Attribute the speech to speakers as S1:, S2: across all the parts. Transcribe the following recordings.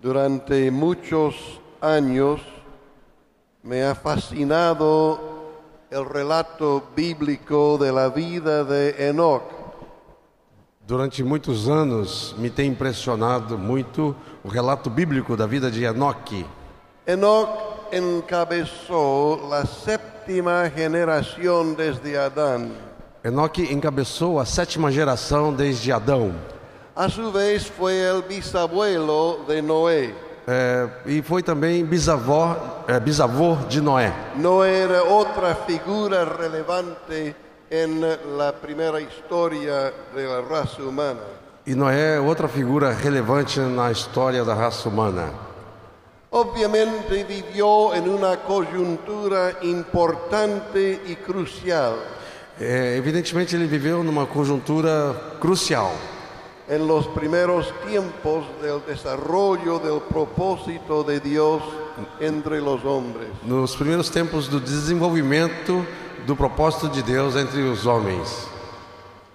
S1: Durante muchos años me ha fascinado el relato bíblico de la vida de Enoch.
S2: Durante muitos anos me tem impressionado muito o relato bíblico da vida de Enoque.
S1: Enoch encabezó la séptima generación desde Adán.
S2: Enoque encabeçou a sétima geração desde Adão
S1: A su vez fue el bisabuelo de Noé.
S2: É, e foi também bisavó, é, bisavô de Noé.
S1: No era otra figura relevante en la primera historia de la raza humana.
S2: E Noé é outra figura relevante na história da raça humana.
S1: Obviamente vivió en una coyuntura importante y crucial.
S2: É, evidentemente, ele viveu numa conjuntura crucial.
S1: en los primeros tiempos del desarrollo del propósito de Dios entre los hombres.
S2: Nos primeiros tempos do desenvolvimento do propósito de Deus entre os homens.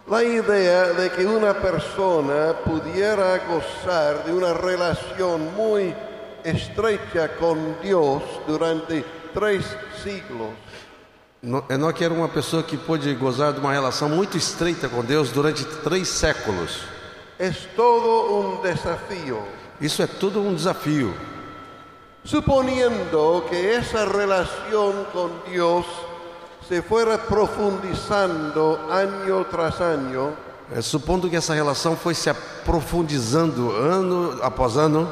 S1: La idea de que una persona pudiera gozar de una relación muy estrecha con Dios durante tres siglos
S2: No- Enoque era uma pessoa que pôde gozar de uma relação muito estreita com Deus durante três séculos.
S1: es todo un desafío.
S2: Isso é tudo um desafio.
S1: Suponiendo que esa relación con Dios se fuera profundizando año tras año,
S2: É, supondo que essa relação foi se aprofundizando ano após ano,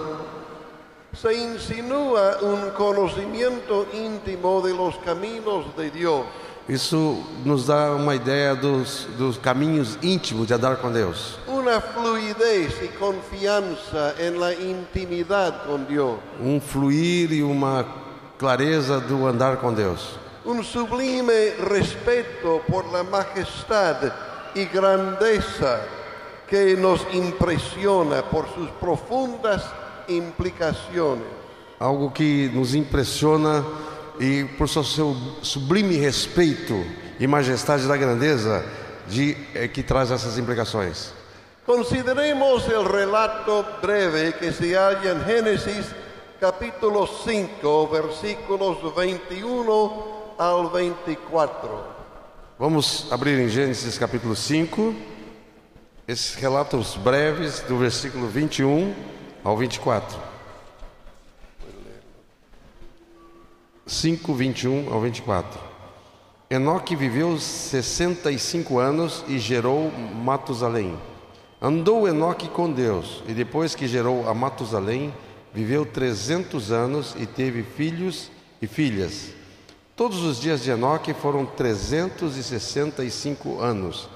S1: se insinúa un conocimiento íntimo de los caminos de Dios.
S2: isso nos dá uma ideia dos, dos caminhos íntimos de andar com Deus.
S1: Una fluidez y confianza en la intimidad con Dios.
S2: Um fluir e uma clareza do andar com Deus.
S1: Un sublime respeto por la majestad y grandeza que nos impresiona por sus profundas implicaciones.
S2: Algo que nos impressiona e por seu, seu sublime respeito e majestade da grandeza de, é, que traz essas implicações.
S1: Consideremos el relato breve que se halla en Génesis capítulo 5 versículos 21 al 24.
S2: Vamos abrir em Gênesis capítulo 5, esses relatos breves do versículo 21 ao 24. 5, 21 ao 24. Enoque viveu 65 anos e gerou Matusalém. Andou Enoque com Deus, e depois que gerou a Matusalém, viveu 300 anos e teve filhos e filhas. Todos os dias de Enoque foram 365 anos.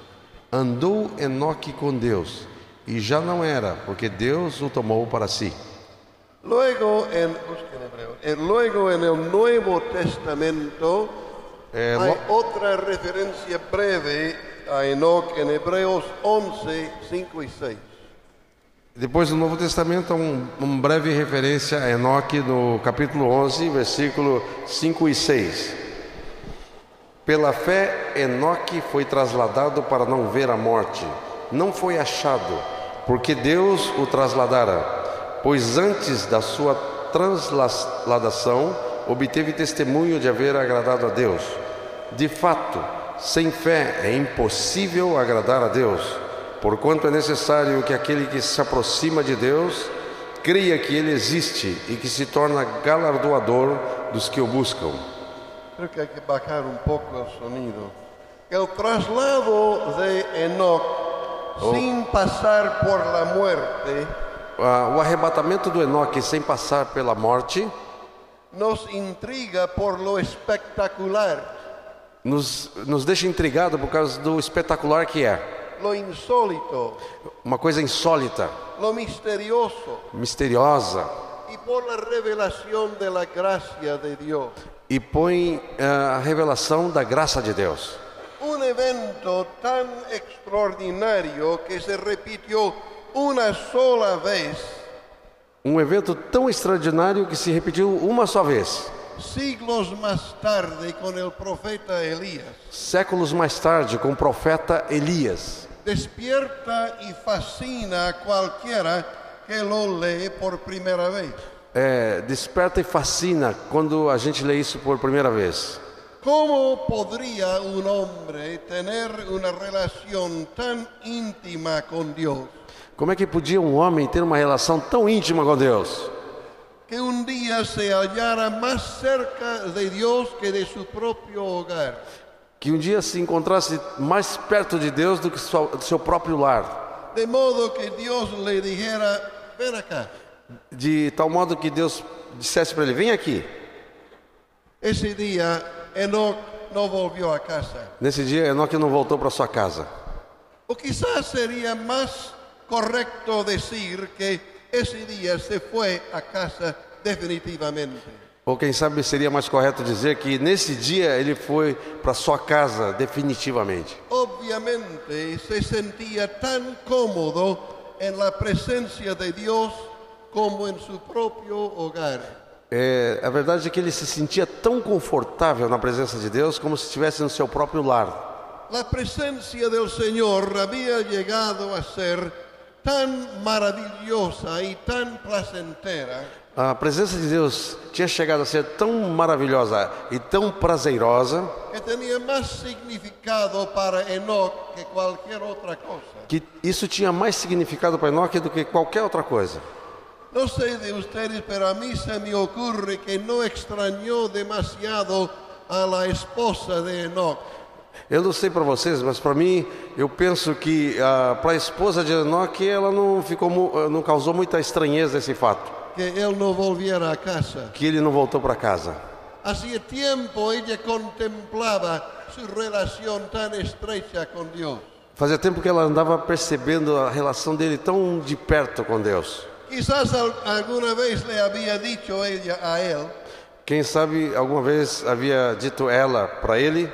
S2: Andou Enoque com Deus, e já não era, porque Deus o tomou para si.
S1: Luego en, busquen hebreo. Eh, luego en el Nuevo Testamento
S2: Eh,
S1: hay
S2: lo-
S1: otra referencia breve a Enoch en Hebreos 11, 5 y 6.
S2: Depois do Novo Testamento, há um, um breve referência a Enoque no capítulo 11, versículo 5 e 6. Pela fé, Enoque foi trasladado para não ver a morte. Não foi achado, porque Deus o trasladara. Pois antes da sua transladação, obteve testemunho de haver agradado a Deus. De fato, sem fé é impossível agradar a Deus, porquanto é necessário que aquele que se aproxima de Deus creia que ele existe e que se torna galardoador dos que o buscam.
S1: Creo que hay que bajar un poco el sonido. El traslado de Enoch sin pasar por la muerte
S2: Ah, O arrebatamento do Enoque sem passar pela morte
S1: nos intriga por lo espectacular,
S2: nos, nos deixa intrigado por causa do espetacular que é.
S1: lo insólito,
S2: Uma coisa insólita,
S1: lo misterioso
S2: misteriosa,
S1: y por la revelación de la gracia de Dios.
S2: e põe ah, a revelação da graça de Deus.
S1: Un evento tan extraordinario que se repitió una sola vez
S2: Um evento tão extraordinário que se repetiu uma só vez.
S1: siglos más tarde con el profeta Elías.
S2: Séculos mais tarde, com o profeta Elias,
S1: despierta y fascina a cualquiera que que lo lee por primera vez.
S2: É, desperta e fascina quando a gente lê isso por primeira vez.
S1: ¿Cómo podría un hombre tener una relación tan íntima con Dios
S2: Como é que podia um homem ter uma relação tão íntima com Deus?
S1: que un día se hallara más cerca de Dios que de su propio hogar?
S2: Que um dia se encontrasse mais perto de Deus do que sua- do seu próprio lar.
S1: De modo que Dios le dijera, ven acá,
S2: De tal modo que Deus dissesse para ele: Vem aqui.
S1: ese día Enoch no volvió a casa.
S2: Nesse dia, Enoque não voltou para sua casa.
S1: O quizás sería más correcto decir que ese día se fue a casa definitivamente.
S2: Ou quem sabe seria mais correto dizer que nesse dia ele foi para sua casa definitivamente.
S1: Obviamente se sentía tan cómodo en la presencia de Dios como en su propio hogar.
S2: É, a verdade é que ele se sentia tão confortável na presença de Deus como se estivesse no seu próprio lar.
S1: La presencia del Señor había llegado a ser tan maravillosa y tan placentera
S2: A presença de Deus tinha chegado a ser tão maravilhosa e tão prazerosa
S1: que tenía más significado para Enoch que cualquier otra cosa.
S2: que isso tinha mais significado para Enoque do que qualquer outra coisa.
S1: No sé de ustedes, pero a mí se me ocurre que no extrañó demasiado a la esposa de Enoch.
S2: Eu não sei para vocês, mas para mim, eu penso que para a esposa de Enoque ela não ficou, mu- ah, não causou muita estranheza esse fato,
S1: que él no volviera a casa.
S2: que ele não voltou para casa.
S1: Hacía tiempo ella contemplaba su relación tan estrecha con Dios.
S2: Fazia tempo que ela andava percebendo a relação dele tão de perto com Deus.
S1: Quizás al- alguna vez le había dicho ella a él,
S2: Quem sabe alguma vez havia dito ela para ele: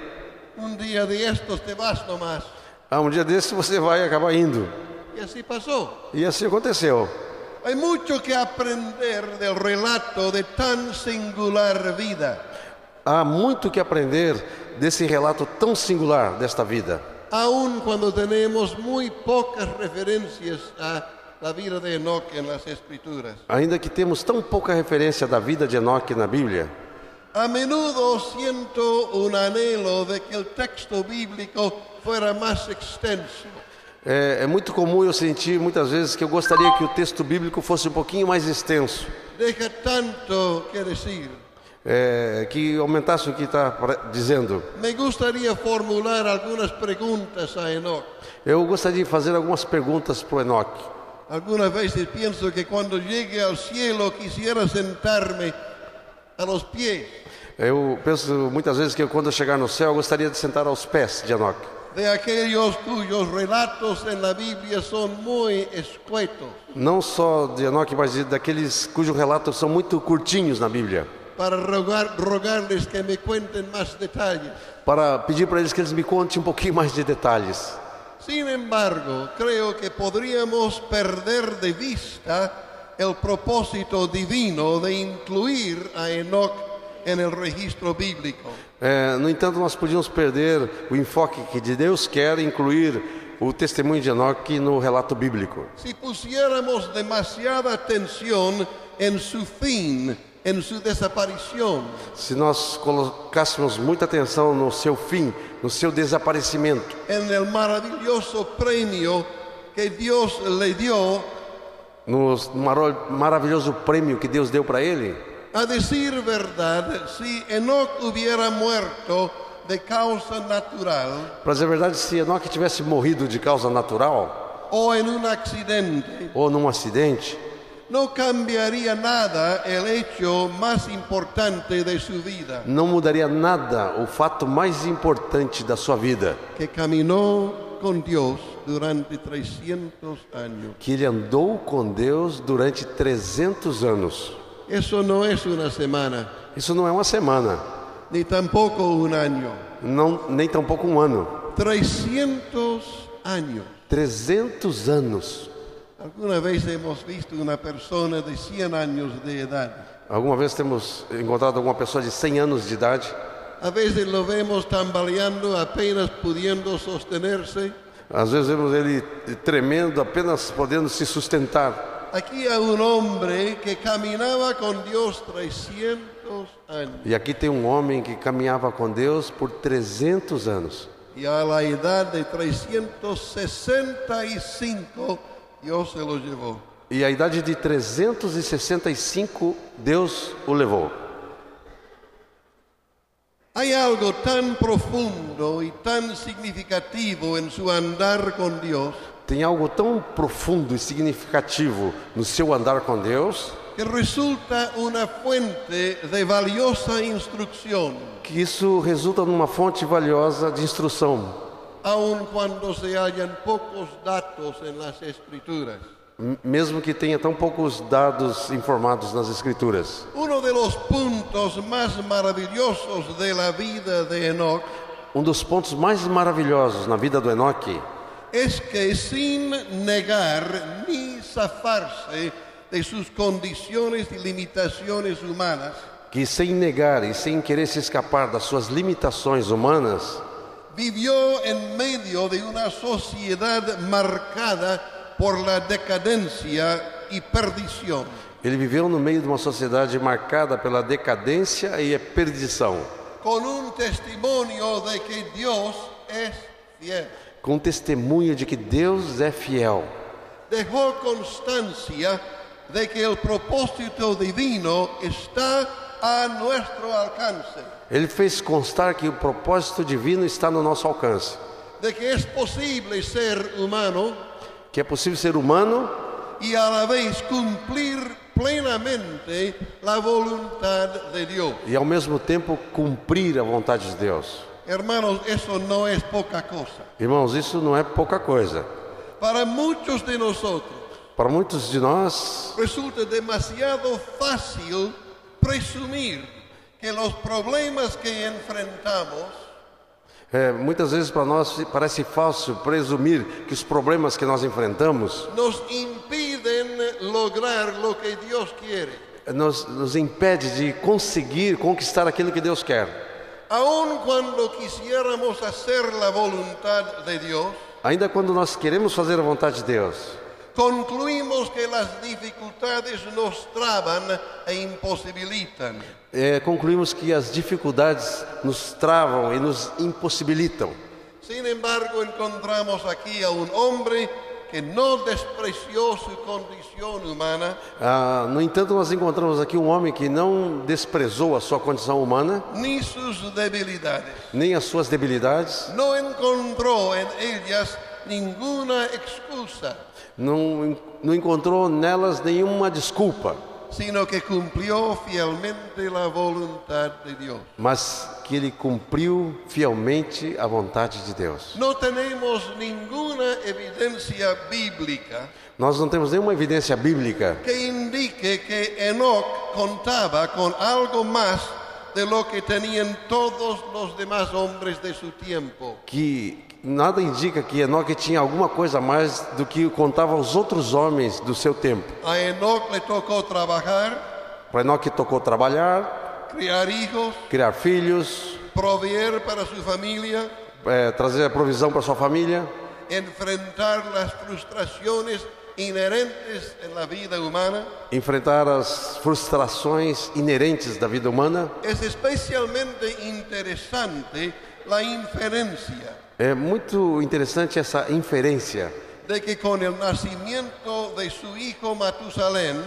S1: un día de estos te vas nomás.
S2: Ah, um dia desse você vai acabar indo.
S1: Y así pasó.
S2: E assim aconteceu.
S1: Hay mucho que aprender del relato de tan singular vida,
S2: Há muito que aprender desse relato tão singular desta vida,
S1: aun cuando tenemos muy pocas referencias a la vida de Enoch en las escrituras.
S2: ainda que temos tão pouca referência da vida de Enoque na Bíblia.
S1: A menudo siento un anhelo de que el texto bíblico fuera más extenso,
S2: É, é muito comum eu sentir muitas vezes que eu gostaria que o texto bíblico fosse um pouquinho mais extenso,
S1: deja tanto que decir.
S2: é, que aumentasse o que está pra- dizendo.
S1: Me gustaría formular algunas preguntas a Enoch.
S2: Eu gostaria de fazer algumas perguntas para o Enoque.
S1: Algunas veces pienso que cuando llegue al cielo quisiera sentarme a los pies
S2: Eu penso muitas vezes que quando eu chegar no céu, eu gostaria de sentar aos pés de Enoque,
S1: de aquellos cuyos relatos en la Biblia son muy escuetos
S2: não só de Enoque, mas de- daqueles cujos relatos são muito curtinhos na Bíblia,
S1: para rogar- rogarles que me cuenten más detalles.
S2: para pedir para eles que eles me contem um pouquinho mais de detalhes.
S1: Sin embargo, creo que podríamos perder de vista el propósito divino de incluir a Enoch en el registro bíblico.
S2: É, no entanto, nós podíamos perder o enfoque que de Deus quer incluir o testemunho de Enoque no relato bíblico.
S1: Si pusiéramos demasiada atención en su fin, en su desaparición,
S2: Se nós colocássemos muita atenção no seu fim, no seu desaparecimento,
S1: en el maravilloso premio que Dios le dio,
S2: no maro- maravilhoso prêmio que Deus deu para ele,
S1: a decir verdad, si Enoch hubiera muerto de causa natural,
S2: Para dizer a verdade, se Enoque tivesse morrido de causa natural
S1: o en un accidente.
S2: ou num acidente,
S1: No cambiaría nada el hecho más importante de su vida,
S2: não mudaria nada o fato mais importante da sua vida,
S1: que caminó con Dios durante 300 años.
S2: que ele andou com Deus durante 300 anos.
S1: Eso no es una semana,
S2: Isso não é uma semana,
S1: ni tampoco un año.
S2: não, nem tampouco um ano.
S1: 300 años.
S2: 300 anos.
S1: Alguna vez hemos visto una persona de 100 años de edad.
S2: Alguma vez temos encontrado alguma pessoa de 100 anos de idade?
S1: A veces lo vemos tambaleando, apenas pudiendo sostenerse.
S2: Às vezes vemos ele tremendo, apenas podendo se sustentar.
S1: Aquí hay un hombre que caminaba con Dios 300 años
S2: E aqui tem um homem que caminhava com Deus por 300 anos.
S1: y a la edad de 365 Dios se lo llevó.
S2: E à idade de 365, Deus o levou.
S1: Hay algo tan profundo y tan significativo en su andar con Dios
S2: Tem algo tão profundo e significativo no seu andar com Deus
S1: que resulta una fuente de valiosa instrucción,
S2: que isso resulta numa fonte valiosa de instrução,
S1: aun cuando se hallan pocos datos en las escrituras.
S2: m- mesmo que tenha tão poucos dados informados nas Escrituras.
S1: Uno de los puntos más maravillosos de la vida de Enoch
S2: Um dos pontos mais maravilhosos na vida do Enoque
S1: es que sin negar ni zafarse de sus condiciones y limitaciones humanas,
S2: que sem negar e sem querer se escapar das suas limitações humanas,
S1: vivió en medio de una sociedad marcada por la decadencia y perdición.
S2: ele viveu no meio de uma sociedade marcada pela decadência e a perdição,
S1: con un testimonio de que Dios es fiel.
S2: com o testemunho de que Deus é fiel.
S1: Dejó constancia de que el propósito divino está a nuestro alcance,
S2: Ele fez constar que o propósito divino está no nosso alcance,
S1: de que es posible ser humano
S2: que é possível ser humano
S1: y a la vez cumplir plenamente la voluntad de Dios.
S2: e ao mesmo tempo cumprir a vontade de Deus.
S1: Hermanos, eso no es poca cosa.
S2: Irmãos, isso não é pouca coisa.
S1: Para muchos de nosotros
S2: Para muitos de nós,
S1: resulta demasiado fácil presumir que los problemas que enfrentamos
S2: é, muitas vezes para nós parece fácil presumir que os problemas que nós enfrentamos
S1: nos impiden lograr lo que Dios quiere.
S2: eh, nos, nos impede de conseguir conquistar aquilo que Deus quer.
S1: Aun cuando quisiéramos hacer la voluntad de Dios,
S2: Ainda quando nós queremos fazer a vontade de Deus,
S1: concluimos que las dificultades nos traban e imposibilitan.
S2: é, concluímos que as dificuldades nos travam e nos impossibilitam.
S1: Sin embargo, encontramos aquí a un hombre que no despreció su condición humana,
S2: Ah, no entanto, nós encontramos aqui um homem que não desprezou a sua condição humana,
S1: ni sus debilidades.
S2: nem as suas debilidades,
S1: No encontró en ellas ninguna excusa,
S2: não, não encontrou nelas nenhuma desculpa,
S1: sino que cumplió fielmente la voluntad de Dios.
S2: mas que ele cumpriu fielmente a vontade de Deus.
S1: No tenemos ninguna evidencia bíblica
S2: Nós não temos nenhuma evidência bíblica
S1: que indique que Enoch contaba con algo más de lo que tenían todos los demás hombres de su tiempo.
S2: que nada indica que Enoque tinha alguma coisa a mais do que contava aos outros homens do seu tempo.
S1: A Enoch le tocó trabajar,
S2: Para Enoque tocou trabalhar,
S1: criar hijos,
S2: criar filhos,
S1: proveer para su familia,
S2: eh, trazer a provisão para sua família.
S1: enfrentar las frustraciones inherentes en la vida humana
S2: enfrentar as frustrações inerentes da vida humana.
S1: es especialmente interesante la inferencia
S2: É muito interessante essa inferência
S1: de que con el nacimiento de su hijo Matusalén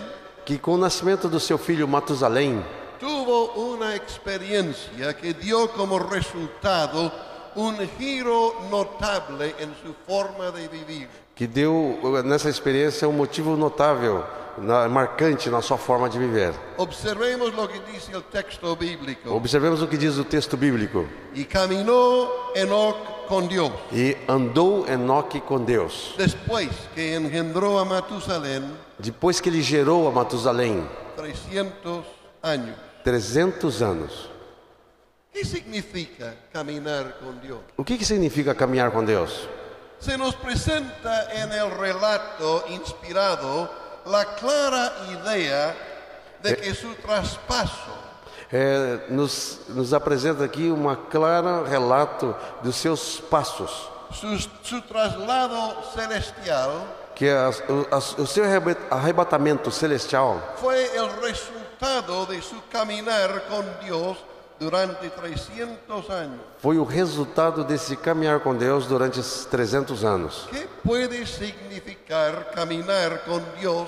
S2: que com o nascimento do seu filho Matusalém,
S1: tuvo una experiencia que dio como resultado un giro notable en su forma de vivir.
S2: que deu eh, nessa experiência um motivo notável, na- marcante na sua forma de viver.
S1: Observemos lo que dice el texto bíblico.
S2: Observemos o que diz o texto bíblico.
S1: Y caminó Enoc con Dios.
S2: E andou Enoque com Deus.
S1: Después que engendró a Matusalén
S2: Depois que ele gerou a Matusalém,
S1: 300 años.
S2: 300 anos.
S1: ¿Qué significa caminar con Dios?
S2: O que, que significa caminhar com Deus?
S1: Se nos presenta en el relato inspirado la clara idea de que su traspaso
S2: É, nos, nos apresenta aqui uma clara relato dos seus passos,
S1: su, su traslado celestial
S2: que que é as- o- as- o seu arreba- arrebatamento celestial
S1: fue el resultado de su caminar con Dios durante 300 años.
S2: foi o resultado desse caminhar com Deus durante esses 300 anos.
S1: ¿Qué puede significar caminar con Dios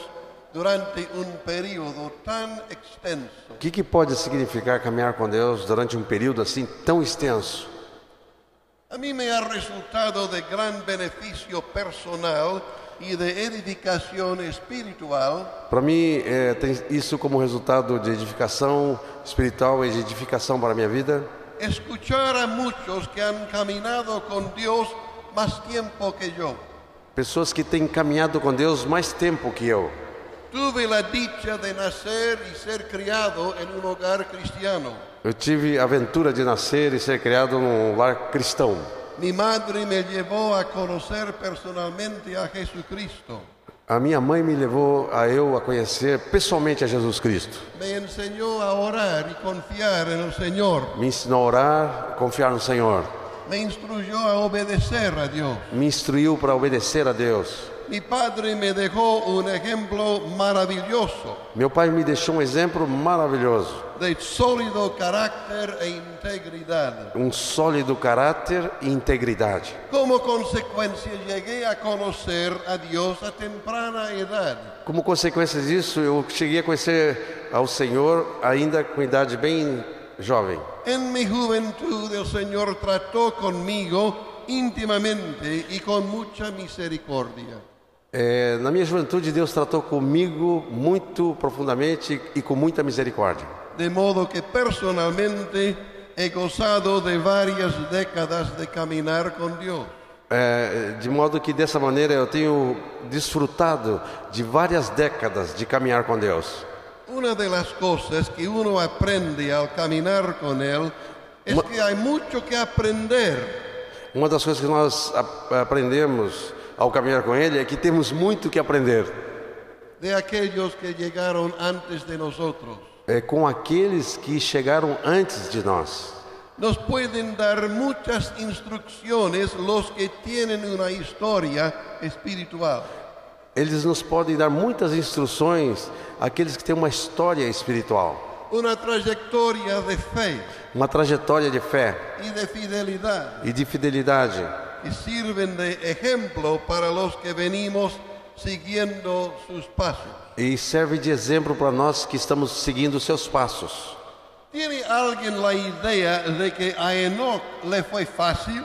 S1: durante un periodo tan extenso?
S2: O que, que pode significar caminhar com Deus durante um período assim tão extenso?
S1: A mí me ha resultado de gran beneficio personal y de edificación espiritual
S2: Para mim, é, tem isso como resultado de edificação espiritual e de edificação para a minha vida.
S1: escuchar a muchos que han caminado con Dios más tiempo que yo.
S2: Pessoas que têm caminhado com Deus mais tempo que eu.
S1: Tuve la dicha de nacer y ser criado en un hogar cristiano.
S2: Eu tive a aventura de nascer e ser criado num lar cristão.
S1: Mi madre me llevó a conocer personalmente a Jesucristo.
S2: A minha mãe me levou a eu a conhecer pessoalmente a Jesus Cristo.
S1: Me enseñó a orar y confiar en el Señor.
S2: Me ensinou a orar, a confiar no Senhor.
S1: Me instruyó a obedecer a Dios.
S2: Me instruiu para obedecer a Deus.
S1: Mi padre me dejó un ejemplo maravilloso
S2: Meu pai me deixou um exemplo maravilhoso,
S1: de sólido carácter e integridad.
S2: um sólido caráter e integridade.
S1: Como consecuencia llegué a conocer a Dios a temprana edad.
S2: Como consequência disso, eu cheguei a conhecer ao Senhor ainda com idade bem jovem.
S1: En mi juventud el Señor trató conmigo íntimamente y con mucha misericordia.
S2: É, na minha juventude, Deus tratou comigo muito profundamente e com muita misericórdia.
S1: De modo que personalmente he gozado de varias décadas de caminar con Dios.
S2: É, de modo que dessa maneira eu tenho desfrutado de várias décadas de caminhar com Deus.
S1: Una de las cosas que uno aprende al caminar con Él es que hay mucho que aprender.
S2: Uma das coisas que nós a- aprendemos ao caminhar com Ele é que temos muito que aprender
S1: de aquellos que llegaron antes de nosotros.
S2: é, com aqueles que chegaram antes de nós.
S1: Nos pueden dar muchas instrucciones los que tienen una historia espiritual.
S2: Eles nos podem dar muitas instruções àqueles que têm uma história espiritual,
S1: una trayectoria de fe
S2: uma trajetória de fé
S1: y de fidelidad
S2: e de fidelidade
S1: y sirven de ejemplo para los que venimos siguiendo sus pasos.
S2: e serve de exemplo para nós que estamos seguindo os seus passos.
S1: ¿Tiene alguien la idea de que a Enoch le fue fácil?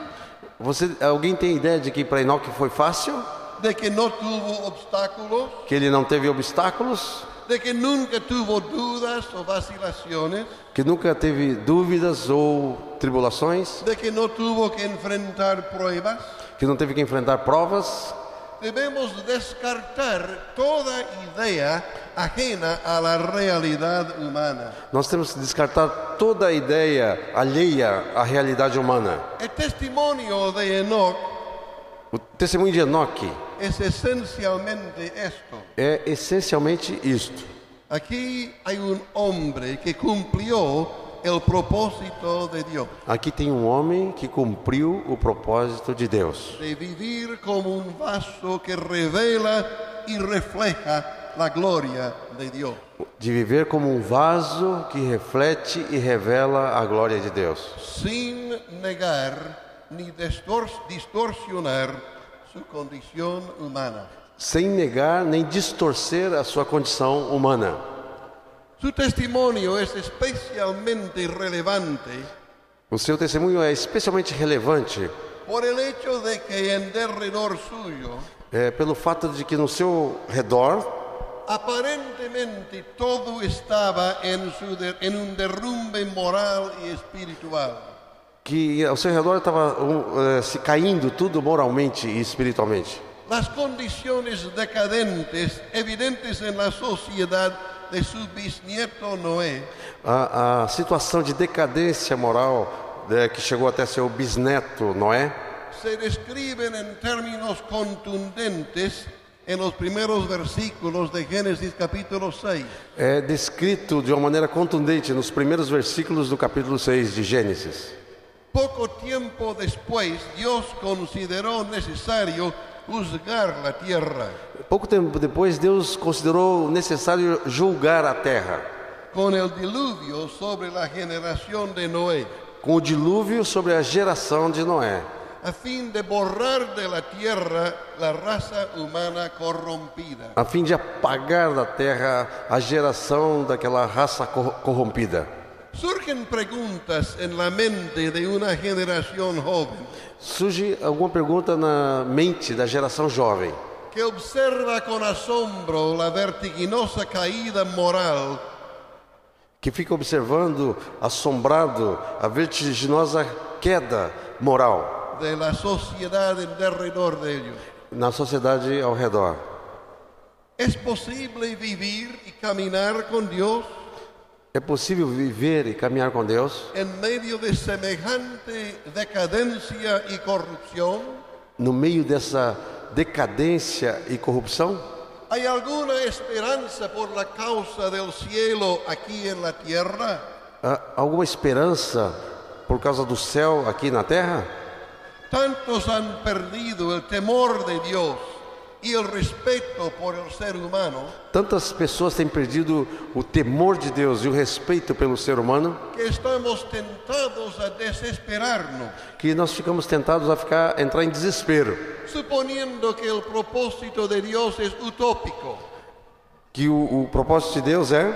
S2: Você, alguém tem ideia de que para Enoque foi fácil?
S1: ¿De que no tuvo obstáculos?
S2: Que ele não teve obstáculos?
S1: ¿De que nunca tuvo dudas o vacilaciones?
S2: Que nunca teve dúvidas ou tribulações?
S1: ¿De que no tuvo que enfrentar pruebas?
S2: Que não teve que enfrentar provas?
S1: Debemos descartar toda idea ajena a la realidad humana.
S2: Nós temos que descartar toda a ideia alheia à realidade humana.
S1: El testimonio de Enoch
S2: O testemunho de Enoque
S1: es esencialmente esto.
S2: é essencialmente isto.
S1: Aquí hay un hombre que cumplió el propósito de Dios,
S2: Aqui tem um homem que cumpriu o propósito de Deus,
S1: de vivir como un vaso que revela y refleja la gloria de Dios.
S2: de viver como um vaso que reflete e revela a glória de Deus,
S1: sin negar ni distor- distorsionar su condición humana.
S2: sem negar nem distorcer a sua condição humana.
S1: Su testimonio es especialmente relevante
S2: O seu testemunho é especialmente relevante
S1: por el hecho de que en derredor suyo
S2: é, pelo fato de que no seu redor
S1: Aparentemente todo estaba en, su de- en un derrumbe moral y espiritual.
S2: que ao seu redor estava um, é, se caindo tudo moralmente e espiritualmente.
S1: Las condiciones decadentes evidentes en la sociedad de su bisnieto Noé
S2: A, a situação de decadência moral né, que chegou até seu bisneto Noé
S1: se describen en términos contundentes en los primeros versículos de Génesis capítulo 6.
S2: é descrito de uma maneira contundente nos primeiros versículos do capítulo 6 de Gênesis.
S1: Poco tiempo después Dios consideró necesario juzgar la tierra
S2: Pouco tempo depois, Deus considerou necessário julgar a terra
S1: con el diluvio sobre la generación de Noé,
S2: com o dilúvio sobre a geração de Noé,
S1: a fin de borrar de la tierra la raza humana corrompida.
S2: a fim de apagar da terra a geração daquela raça cor- corrompida.
S1: Surgen preguntas en la mente de una generación joven
S2: Surge alguma pergunta na mente da geração jovem,
S1: que observa con asombro la vertiginosa caída moral
S2: que fica observando, assombrado, a vertiginosa queda moral
S1: de la sociedad en derredor de ellos.
S2: na sociedade ao redor.
S1: ¿Es posible vivir y caminar con Dios
S2: É possível viver e caminhar com Deus
S1: en medio de semejante decadencia y corrupción?
S2: no meio dessa decadência e corrupção?
S1: ¿Hay alguna esperanza por la causa del cielo aquí en la tierra?
S2: Há alguma esperança por causa do céu aqui na terra?
S1: Tantos han perdido el temor de Dios y el respeto por el ser humano
S2: Tantas pessoas têm perdido o temor de Deus e o respeito pelo ser humano
S1: que estamos tentados a desesperarnos,
S2: que nós ficamos tentados a ficar a entrar em desespero,
S1: suponiendo que el propósito de Dios es utópico,
S2: que o, o propósito de Deus é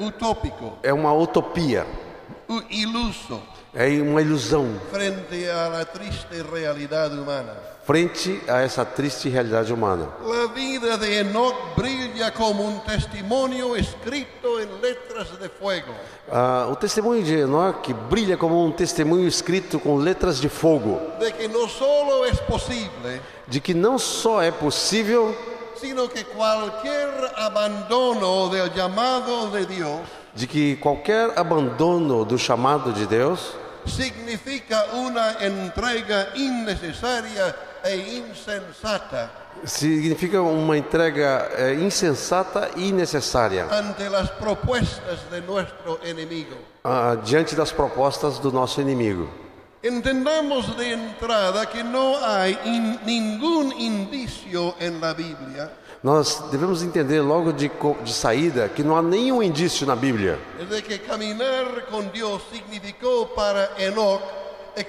S1: utópico,
S2: é uma utopia,
S1: u- iluso
S2: é uma ilusão
S1: frente a la triste realidad humana.
S2: frente a essa triste realidade humana.
S1: La vida de Enoch brilla como un testimonio escrito en letras de fuego.
S2: Ah, o testemunho de Enoque brilha como um testemunho escrito com letras de fogo
S1: de que no solo es posible,
S2: de que não só é possível
S1: sino que cualquier abandono del llamado de Dios
S2: de que qualquer abandono do chamado de Deus
S1: significa una entrega innecesaria e insensata
S2: significa uma entrega eh, insensata e innecessária
S1: ante las propuestas de nuestro enemigo.
S2: ah, diante das propostas do nosso inimigo.
S1: Entendamos de entrada que no hay in- ningún indicio en la Biblia
S2: Nós devemos entender logo de, co- de saída que não há nenhum indício na Bíblia
S1: de que caminar con Dios significó para Enoch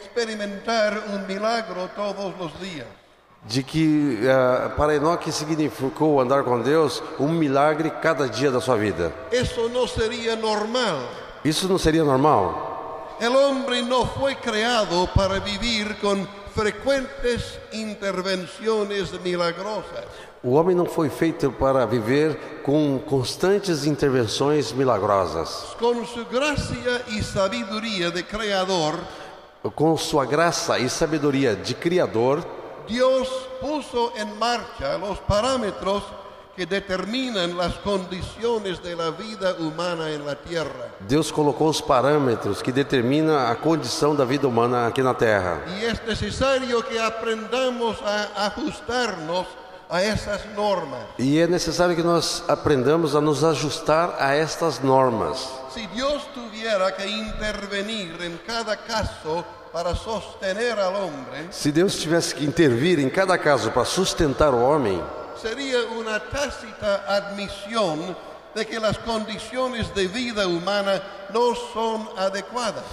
S1: experimentar un milagro todos los días.
S2: de que ah, para Enoque significou andar com Deus um milagre cada dia da sua vida.
S1: Eso no sería normal.
S2: Isso não seria normal?
S1: El hombre no fue creado para vivir con frecuentes intervenciones milagrosas.
S2: O homem não foi feito para viver com constantes intervenções milagrosas.
S1: Con su gracia y sabiduría de creador,
S2: Com sua graça e sabedoria de Criador,
S1: Dios puso en marcha los parámetros que determinan las condiciones de la vida humana en la tierra.
S2: Deus colocou os parâmetros que determina a condição da vida humana aqui na Terra.
S1: Y es necesario que aprendamos a ajustarnos a esas normas.
S2: E é necessário que nós aprendamos a nos ajustar a estas normas.
S1: Si Dios tuviera que intervenir en cada caso para sostener al hombre,
S2: Se Deus tivesse que intervir em cada caso para sustentar o homem,
S1: sería una tácita admisión de que las condiciones de vida humana no son adecuadas.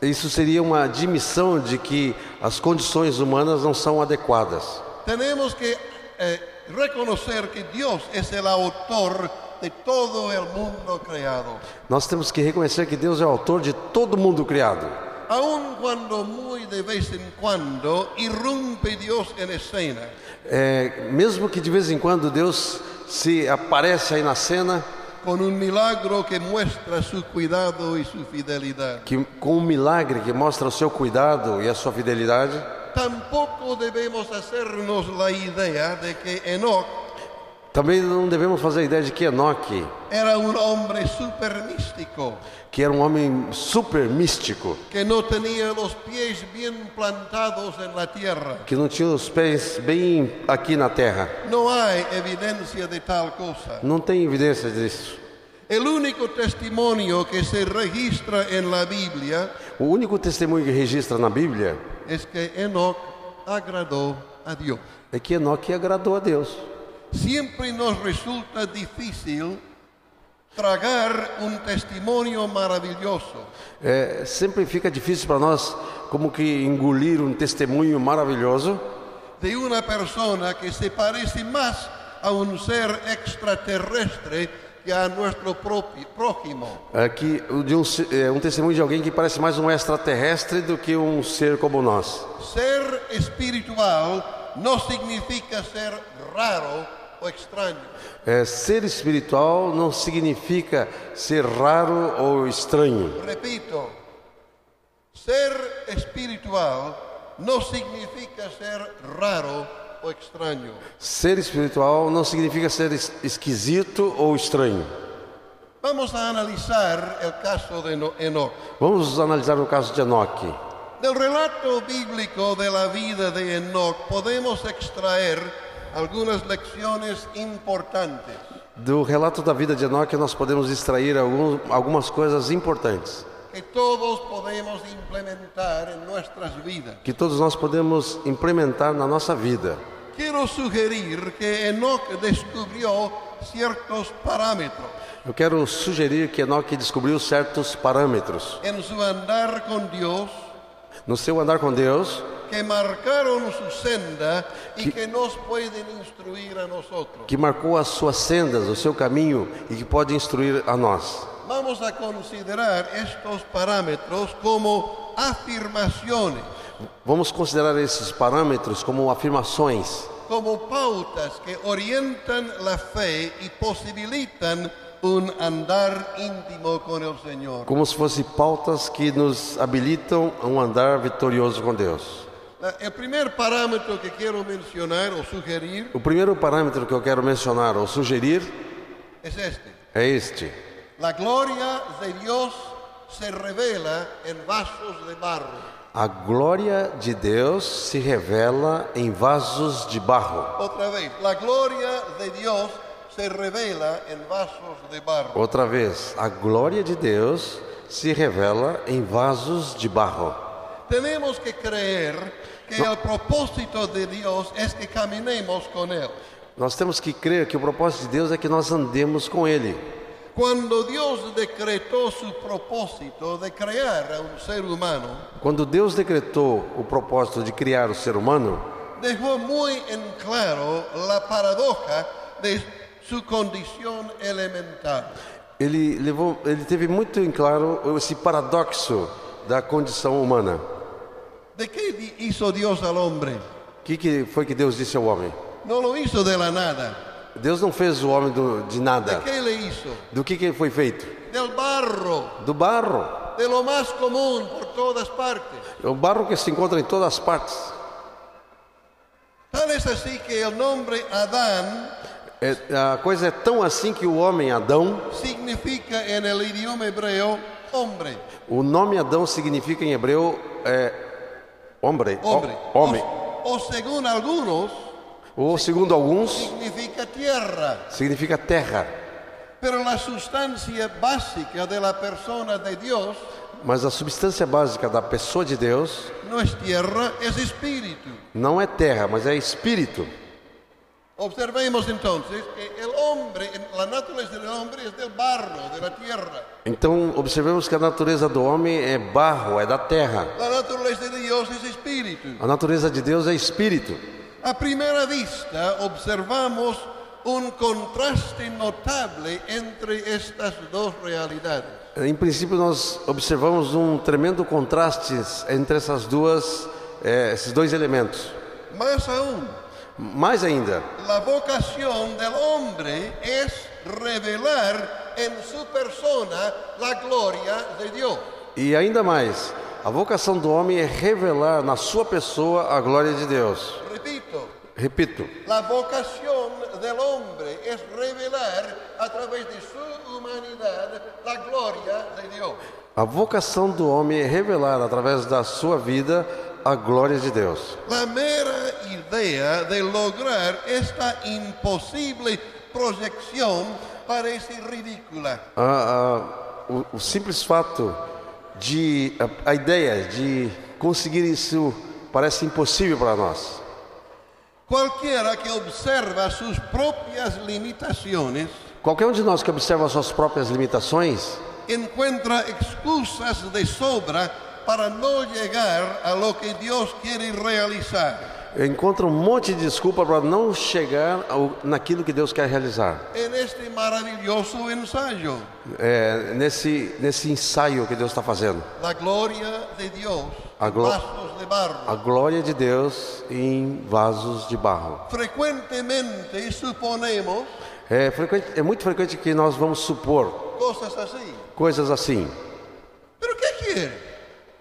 S2: isso seria uma admissão de que as condições humanas não são adequadas.
S1: Tenemos que eh, reconocer que Dios es el autor de todo el mundo creado.
S2: Nós temos que reconhecer que Deus é o autor de todo mundo criado.
S1: Aun cuando muy de vez en cuando irrumpe Dios en escena,
S2: É, mesmo que de vez em quando Deus se aparece aí na cena
S1: con un milagro que muestra su cuidado y su fidelidad.
S2: que, com um milagre que mostra o seu cuidado e a sua fidelidade,
S1: Tampoco debemos hacernos la idea de que Enoch
S2: também não devemos fazer a ideia de que Enoque,
S1: era un hombre super místico,
S2: que era um homem super místico,
S1: que no tenía los pies bien plantados en la tierra.
S2: que não tinha os pés bem aqui na terra,
S1: No hay evidencia de tal cosa.
S2: não tem evidência disso.
S1: El único testimonio que se registra en la Biblia
S2: O único testemunho que registra na Bíblia
S1: es que Enoch agradó a Dios.
S2: é que Enoque agradou a Deus.
S1: Siempre nos resulta difícil tragar un testimonio maravilloso.
S2: É, sempre fica difícil para nós como que engolir um testemunho maravilhoso
S1: de una persona que se parece más a un ser extraterrestre que a nuestro propi- prójimo.
S2: é, que o de um, se- é, um testemunho de alguém que parece mais um extraterrestre do que um ser como nós.
S1: Ser espiritual no significa ser raro o extraño.
S2: É, ser espiritual não significa ser raro ou estranho.
S1: Repito, ser espiritual no significa ser raro o extraño.
S2: Ser espiritual não significa ser es- esquisito ou estranho.
S1: Vamos a analizar el caso de No- Enoch.
S2: Vamos analisar o caso de Enoque.
S1: Del relato bíblico de la vida de Enoch podemos extraer algunas lecciones importantes.
S2: Do relato da vida de Enoque, nós podemos extrair algum, algumas coisas importantes
S1: que todos podemos implementar en nuestras vidas.
S2: que todos nós podemos implementar na nossa vida.
S1: Quiero sugerir que Enoch descubrió ciertos parámetros
S2: Eu quero sugerir que Enoque descobriu certos parâmetros
S1: en su andar con Dios
S2: no seu andar com Deus
S1: que marcaron su senda y que nos pueden instruir a nosotros.
S2: que marcou as suas sendas, o seu caminho e que pode instruir a nós.
S1: Vamos a considerar estos parámetros como afirmaciones,
S2: Vamos considerar esses parâmetros como afirmações,
S1: como pautas que orientan la fe y posibilitan un andar íntimo con el Señor.
S2: como se fossem pautas que nos habilitam a um andar vitorioso com Deus.
S1: La- El primer parámetro que quiero mencionar o sugerir
S2: O primeiro parâmetro que eu quero mencionar ou sugerir
S1: es este.
S2: é este:
S1: La gloria de Dios se revela en vasos de barro.
S2: a glória de Deus se revela em vasos de barro.
S1: Otra vez, la gloria de Dios se revela en vasos de barro.
S2: Outra vez, a glória de Deus se revela em vasos de barro.
S1: Tenemos que creer que el propósito de Dios es que caminemos con Él.
S2: Nós temos que crer que o propósito de Deus é que nós andemos com Ele.
S1: Cuando Dios decretó su propósito de crear a un ser humano,
S2: Quando Deus decretou o propósito de criar o ser humano,
S1: dejó muy en claro la paradoja de su condición elemental.
S2: ele, levou, ele teve muito em claro esse paradoxo da condição humana.
S1: ¿De qué di- hizo Dios al hombre?
S2: O que, que foi que Deus disse ao homem?
S1: No lo hizo de la nada.
S2: Deus não fez o homem do- de
S1: ¿De
S2: nada.
S1: qué le hizo?
S2: Do que, que foi feito?
S1: Del barro,
S2: Do barro. É
S1: de lo más común por todas partes.
S2: O barro que se encontra em todas as partes.
S1: Tal es así que el nombre Adán
S2: É, a coisa é tão assim que o homem Adão,
S1: significa en el idioma hebreo hombre.
S2: o nome Adão significa em hebreu é, homem,
S1: Hombre.
S2: homem.
S1: O, o según algunos,
S2: Ou segundo alguns
S1: significa tierra.
S2: significa terra,
S1: Pero la sustancia básica de la persona de Dios
S2: mas a substância básica da pessoa de Deus
S1: no es tierra, es espíritu.
S2: não é terra, mas é espírito.
S1: Observemos entonces que el hombre, la naturaleza del hombre es del barro, de la tierra.
S2: Então observemos que a natureza do homem é barro, é da terra.
S1: La naturaleza de Dios es espíritu.
S2: A natureza de Deus é espírito.
S1: A primera vista observamos un contraste notable entre estas dos realidades.
S2: Em princípio nós observamos um tremendo contraste entre essas duas, eh, esses dois elementos.
S1: Más aún,
S2: Mais ainda,
S1: la vocación del hombre es revelar en su persona la gloria de Dios.
S2: E ainda mais, a vocação do homem é revelar na sua pessoa a glória de Deus.
S1: Repito,
S2: Repito,
S1: La vocación del hombre es revelar a través de su humanidad la gloria de Dios.
S2: a vocação do homem é revelar através da sua vida a glória de Deus.
S1: La mera idea de lograr esta imposible proyección parece ridícula.
S2: A, a, o, o simples fato de a, a ideia de conseguir isso parece impossível para nós.
S1: Cualquiera que observa sus propias limitaciones
S2: Qualquer um de nós que observa suas próprias limitações
S1: encuentra excusas de sobra para no llegar a lo que Dios quiere realizar.
S2: encontra um monte de desculpa para não chegar ao, naquilo que Deus quer realizar.
S1: En este maravilloso ensayo,
S2: É, nesse, nesse ensaio que Deus está fazendo.
S1: la gloria de Dios,
S2: A glo-
S1: vasos de barro,
S2: A glória de Deus em vasos de barro.
S1: frecuentemente suponemos
S2: É, frequente- é muito frequente que nós vamos supor
S1: cosas así.
S2: coisas assim.
S1: ¿Pero qué quiere?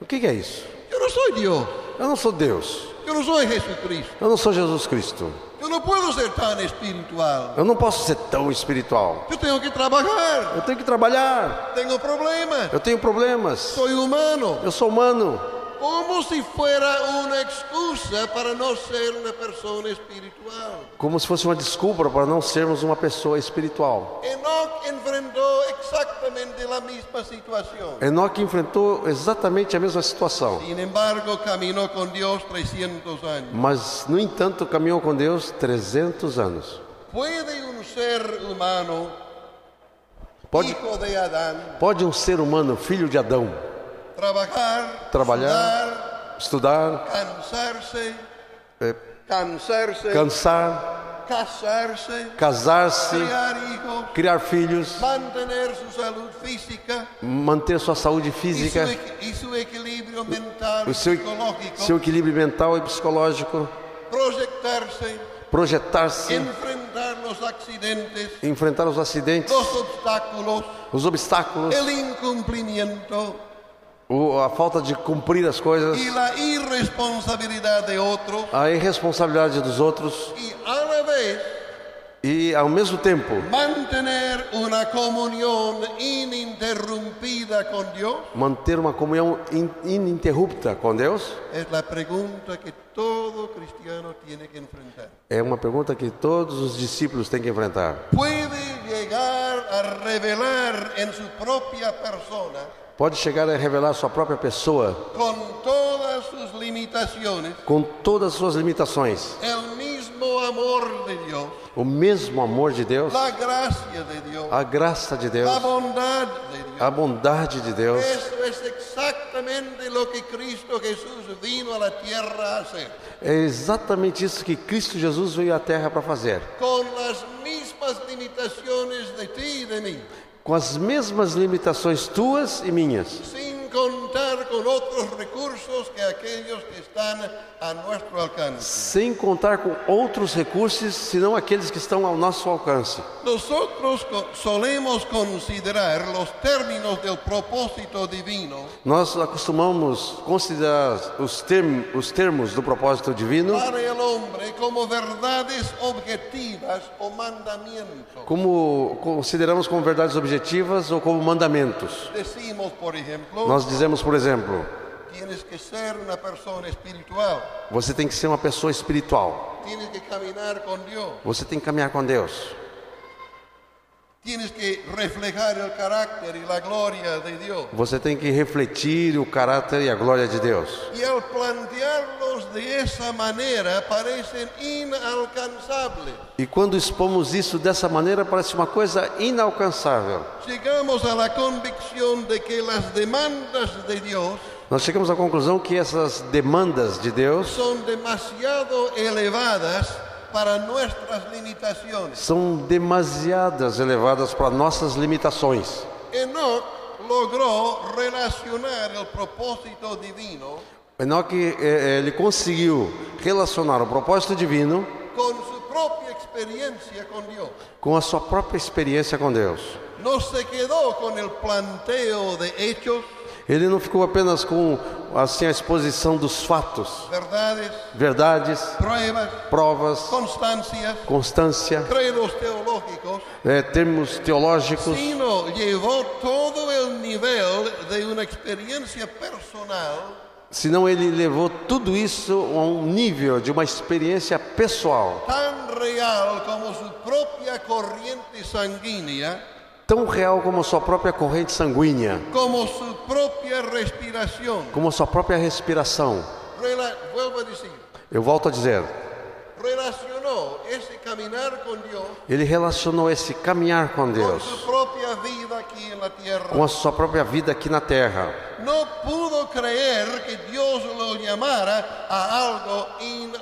S2: O que que é isso?
S1: Yo no soy Dios,
S2: Eu não sou Deus.
S1: yo no soy Jesucristo,
S2: Eu não sou Jesus Cristo.
S1: yo no puedo ser tan espiritual.
S2: Eu não posso ser tão espiritual.
S1: Yo tengo que trabajar,
S2: Eu tenho que trabalhar.
S1: tengo problemas,
S2: Eu tenho problemas.
S1: soy humano.
S2: Eu sou humano.
S1: como si fuera una excusa para no ser una persona espiritual.
S2: Como se fosse uma desculpa para não sermos uma pessoa espiritual.
S1: Enoch enfrentó exactamente la misma situación.
S2: Enoque enfrentou exatamente a mesma situação,
S1: Sin embargo, caminó con Dios 300 años.
S2: mas, no entanto, caminhou com Deus 300 anos.
S1: ¿Puede un ser humano,
S2: Pode,
S1: hijo de Adán,
S2: pode um ser humano, filho de Adão,
S1: trabajar,
S2: Trabalhar. estudar, é,
S1: sudar, cansarse, cansarse,
S2: cansar,
S1: casarse,
S2: casar-se,
S1: criar hijos,
S2: criar filhos,
S1: mantener su salud física
S2: manter sua saúde
S1: y su,
S2: física, Pues
S1: equi- y su equilibrio mental,
S2: o seu,
S1: psicológico?
S2: seu equilíbrio mental e psicológico,
S1: proyectarse,
S2: projetar-se,
S1: enfrentar los accidentes,
S2: enfrentar os acidentes,
S1: los obstáculos,
S2: os obstáculos,
S1: el incumplimiento
S2: o- a falta de cumprir as coisas,
S1: y la irresponsabilidad de otros
S2: a irresponsabilidade dos outros
S1: y a la vez
S2: e, ao mesmo tempo,
S1: mantener una comunión ininterrumpida con Dios
S2: manter uma comunhão in- ininterrupta com Deus?
S1: es la pregunta que todo cristiano tiene que enfrentar.
S2: É uma pergunta que todos os discípulos têm que enfrentar.
S1: Puede llegar a revelar en su propia persona
S2: Pode chegar a revelar sua própria pessoa
S1: con todas sus limitaciones
S2: com todas as suas limitações,
S1: el mismo amor de Dios,
S2: o mesmo amor de Deus,
S1: la gracia de Dios,
S2: a graça de Deus,
S1: la bondad de Dios.
S2: a bondade de Deus.
S1: Eso es exactamente lo que Cristo Jesús vino a la tierra a hacer,
S2: É exatamente isso que Cristo Jesus veio à Terra para fazer.
S1: con las mismas limitaciones de ti y de mí,
S2: Com as mesmas limitações tuas e minhas,
S1: sin contar con otros recursos que aquellos que están a nuestro alcance.
S2: sem contar com outros recursos senão aqueles que estão ao nosso alcance.
S1: Nosotros co- solemos considerar los términos del propósito divino
S2: Nós acostumamos considerar os, term- os termos do propósito divino
S1: para el hombre como verdades objetivas o mandamientos.
S2: como consideramos como verdades objetivas ou como mandamentos.
S1: Decimos, por ejemplo,
S2: Nós dizemos, por exemplo,
S1: tienes que ser una persona espiritual,
S2: você tem que ser uma pessoa espiritual,
S1: tienes que caminar con Dios,
S2: você tem que caminhar com Deus,
S1: tienes que reflejar el carácter y la gloria de Dios.
S2: você tem que refletir o caráter e a glória de Deus.
S1: Y al plantearlos de esa manera parecen inalcanzables.
S2: E quando expomos isso dessa maneira, parece uma coisa inalcançável.
S1: Llegamos a la convicción de que las demandas de Dios
S2: Nós chegamos à conclusão que essas demandas de Deus
S1: son demasiado elevadas para nuestras limitaciones.
S2: são demasiadas elevadas para nossas limitações.
S1: Enoch logró relacionar el propósito divino
S2: Enoque eh, ele conseguiu relacionar o propósito divino
S1: con su propia experiencia con Dios.
S2: com a sua própria experiência com Deus.
S1: No se quedó con el planteo de hechos,
S2: Ele não ficou apenas com assim a exposição dos fatos,
S1: verdades,
S2: verdades,
S1: pruebas,
S2: provas,
S1: constancias,
S2: constância,
S1: credos teológicos,
S2: eh, termos teológicos,
S1: sino llevó todo el nivel de una experiencia personal
S2: senão ele levou tudo isso a um nível de uma experiência pessoal
S1: tan real como su propia corriente sanguínea,
S2: tão real como a sua própria corrente sanguínea,
S1: como su propia respiración.
S2: como a sua própria respiração.
S1: Rela- vuelvo a decir,
S2: Eu volto a dizer,
S1: relacionó ese caminar con Dios
S2: Ele relacionou esse caminhar com
S1: con su
S2: Deus
S1: propia vida aquí en la tierra.
S2: com a sua própria vida aqui na terra.
S1: No pudo creer que Dios lo llamara a algo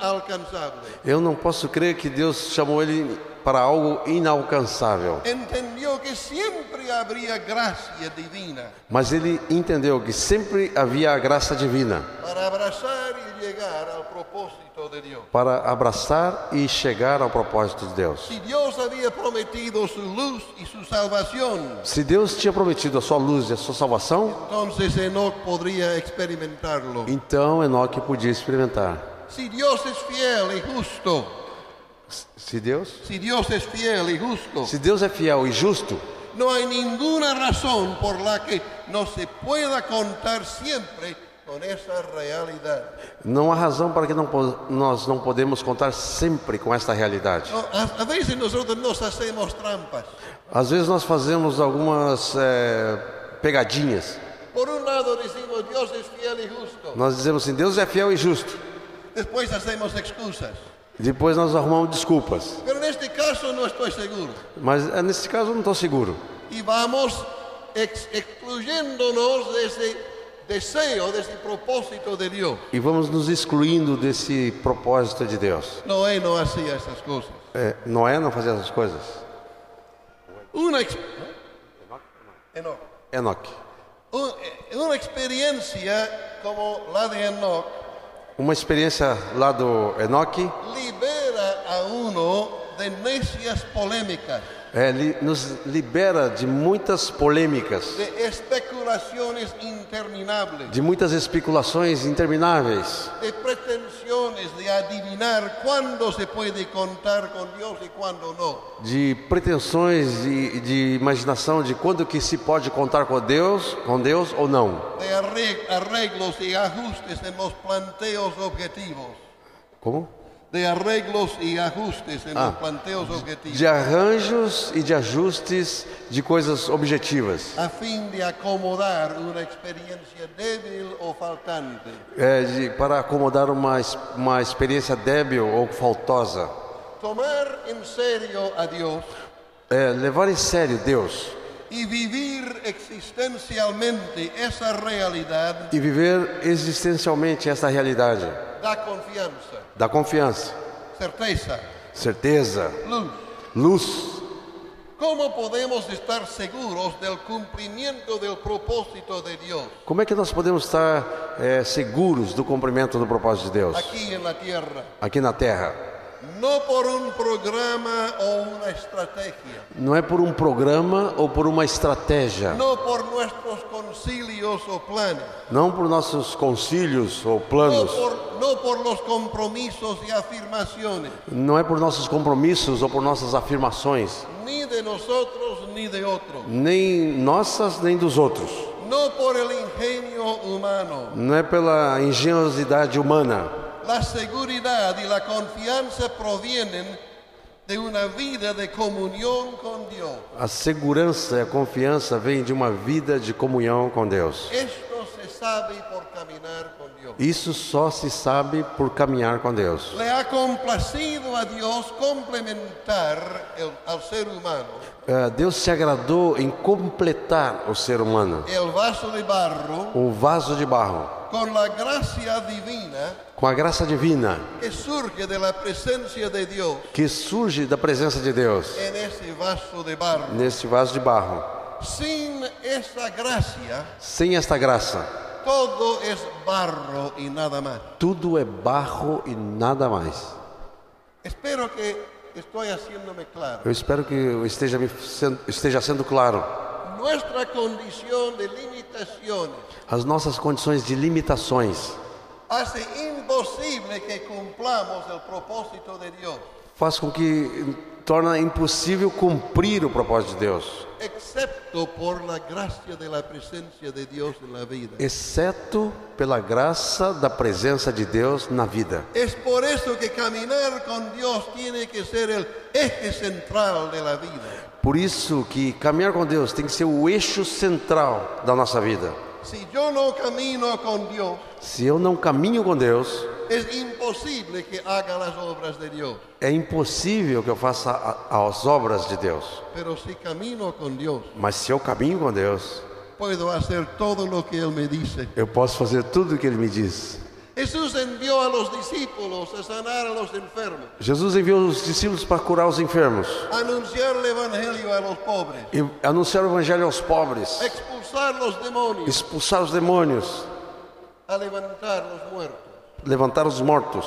S1: inalcanzable.
S2: Eu não posso crer que Deus chamou ele para algo inalcançável,
S1: Entendió que siempre habría gracia divina
S2: mas ele entendeu que sempre havia a graça divina
S1: para abrazar y llegar al propósito de Dios.
S2: para abraçar e chegar ao propósito de Deus.
S1: Si Dios había prometido su luz y su salvación,
S2: Se Deus tinha prometido a sua luz e a sua salvação,
S1: entonces Enoch podría experimentarlo.
S2: então Enoque podia experimentar.
S1: Si Dios es fiel y justo,
S2: Se Deus,
S1: si Dios es fiel y justo,
S2: se Deus é fiel e justo,
S1: no hay ninguna razón por la que no se pueda contar siempre con esa realidad.
S2: Não há razão para que não po- nós não podemos contar sempre com esta realidade.
S1: No, a, a veces nosotros nos hacemos trampas.
S2: Às vezes nós fazemos algumas eh, pegadinhas.
S1: Por un lado decimos Dios es fiel y justo,
S2: Nós dizemos assim: Deus é fiel e justo.
S1: después hacemos excusas.
S2: Depois nós arrumamos desculpas.
S1: Pero en este caso no estoy seguro.
S2: Mas eh, nesse caso eu não estou seguro.
S1: Y vamos ex- excluyéndonos de ese deseo, de ese propósito de Dios.
S2: E vamos nos excluindo desse propósito de Deus.
S1: Noé no hacía esas cosas.
S2: É, Noé não fazia essas coisas.
S1: Una, ex- Enoch.
S2: Enoque.
S1: Un- eh, una experiencia como la de Enoch
S2: Uma experiência lá do Enoque
S1: libera a uno de necias polémicas,
S2: eh, li- nos libera de muitas polêmicas,
S1: de especulaciones interminables,
S2: de muitas especulações intermináveis.
S1: de pretensiones de adivinar cuándo se puede contar con Dios y cuándo no.
S2: de pretensões de, de imaginação de quando que se pode contar com Deus, com Deus ou não.
S1: de arreg- arreglos y ajustes en los planteos objetivos.
S2: Como?
S1: De arreglos y ajustes en los
S2: Ah.
S1: planteos objetivos.
S2: De arranjos e de ajustes de coisas objetivas,
S1: A fin de acomodar una experiencia débil o faltante.
S2: é, de, para acomodar uma, es- uma experiência débil ou faltosa.
S1: Tomar en serio a Dios
S2: É, levar em sério Deus
S1: y vivir existencialmente esa realidad
S2: e viver existencialmente essa realidade
S1: da confianza,
S2: da confiança,
S1: certeza,
S2: certeza,
S1: luz.
S2: luz.
S1: ¿Cómo podemos estar seguros del cumplimiento del propósito de Dios
S2: Como é que nós podemos estar é, seguros do cumprimento do propósito de Deus
S1: aquí en la tierra?
S2: aqui na Terra?
S1: No por un programa o una estrategia,
S2: Não é por um programa ou por uma estratégia, não,
S1: no por nuestros concilios o planes,
S2: por nossos concílios ou
S1: no
S2: planos,
S1: por, no por los compromisos y afirmaciones,
S2: não é por nossos compromissos ou por nossas afirmações,
S1: ni de nosotros ni de otros,
S2: nem nossas nem dos outros,
S1: no por el ingenio humano.
S2: não é pela engenhosidade humana.
S1: La seguridad y la confianza provienen de una vida de comunión con Dios.
S2: A segurança e a confiança vêm de uma vida de comunhão com Deus.
S1: Esto se sabe por caminar con Dios.
S2: Isso só se sabe por caminhar com Deus.
S1: Le ha complacido a Dios complementar el- al ser humano
S2: Eh, Deus se agradou em completar o ser humano,
S1: el vaso de barro
S2: o vaso de barro,
S1: con la gracia divina
S2: com a graça divina
S1: que surge de la presencia de Dios
S2: que surge da presença de Deus.
S1: en ese vaso de barro.
S2: neste vaso de barro.
S1: Sin esa gracia,
S2: Sem esta graça,
S1: todo es barro y nada más.
S2: tudo é barro e nada mais.
S1: Espero que estoy haciéndome claro.
S2: Eu espero que eu esteja, me sendo, esteja sendo claro.
S1: Nuestra condición de limitaciones
S2: As nossas condições de limitações
S1: hace imposible que cumplamos el propósito de Dios,
S2: faz com que torna impossível cumprir o propósito de Deus,
S1: excepto por la gracia de la presencia de Dios en la vida.
S2: exceto pela graça da presença de Deus na vida.
S1: Es por eso que caminar con Dios tiene que ser el eje central de la vida.
S2: Por isso que caminhar com Deus tem que ser o eixo central da nossa vida.
S1: si yo no camino con Dios,
S2: Se eu não caminho com Deus,
S1: es imposible que haga las obras de Dios.
S2: é impossível que eu faça a- as obras de Deus.
S1: Pero si camino con Dios,
S2: Mas se eu caminho com Deus,
S1: puedo hacer todo lo que Él me dice.
S2: eu posso fazer tudo o que Ele me diz.
S1: Jesús envió a los discípulos a sanar a los enfermos,
S2: Jesus enviou os discípulos para curar os enfermos,
S1: a anunciar el Evangelio a los pobres,
S2: e anunciar o Evangelho aos pobres,
S1: a expulsar los demonios,
S2: expulsar os demônios,
S1: a levantar los muertos.
S2: levantar os mortos.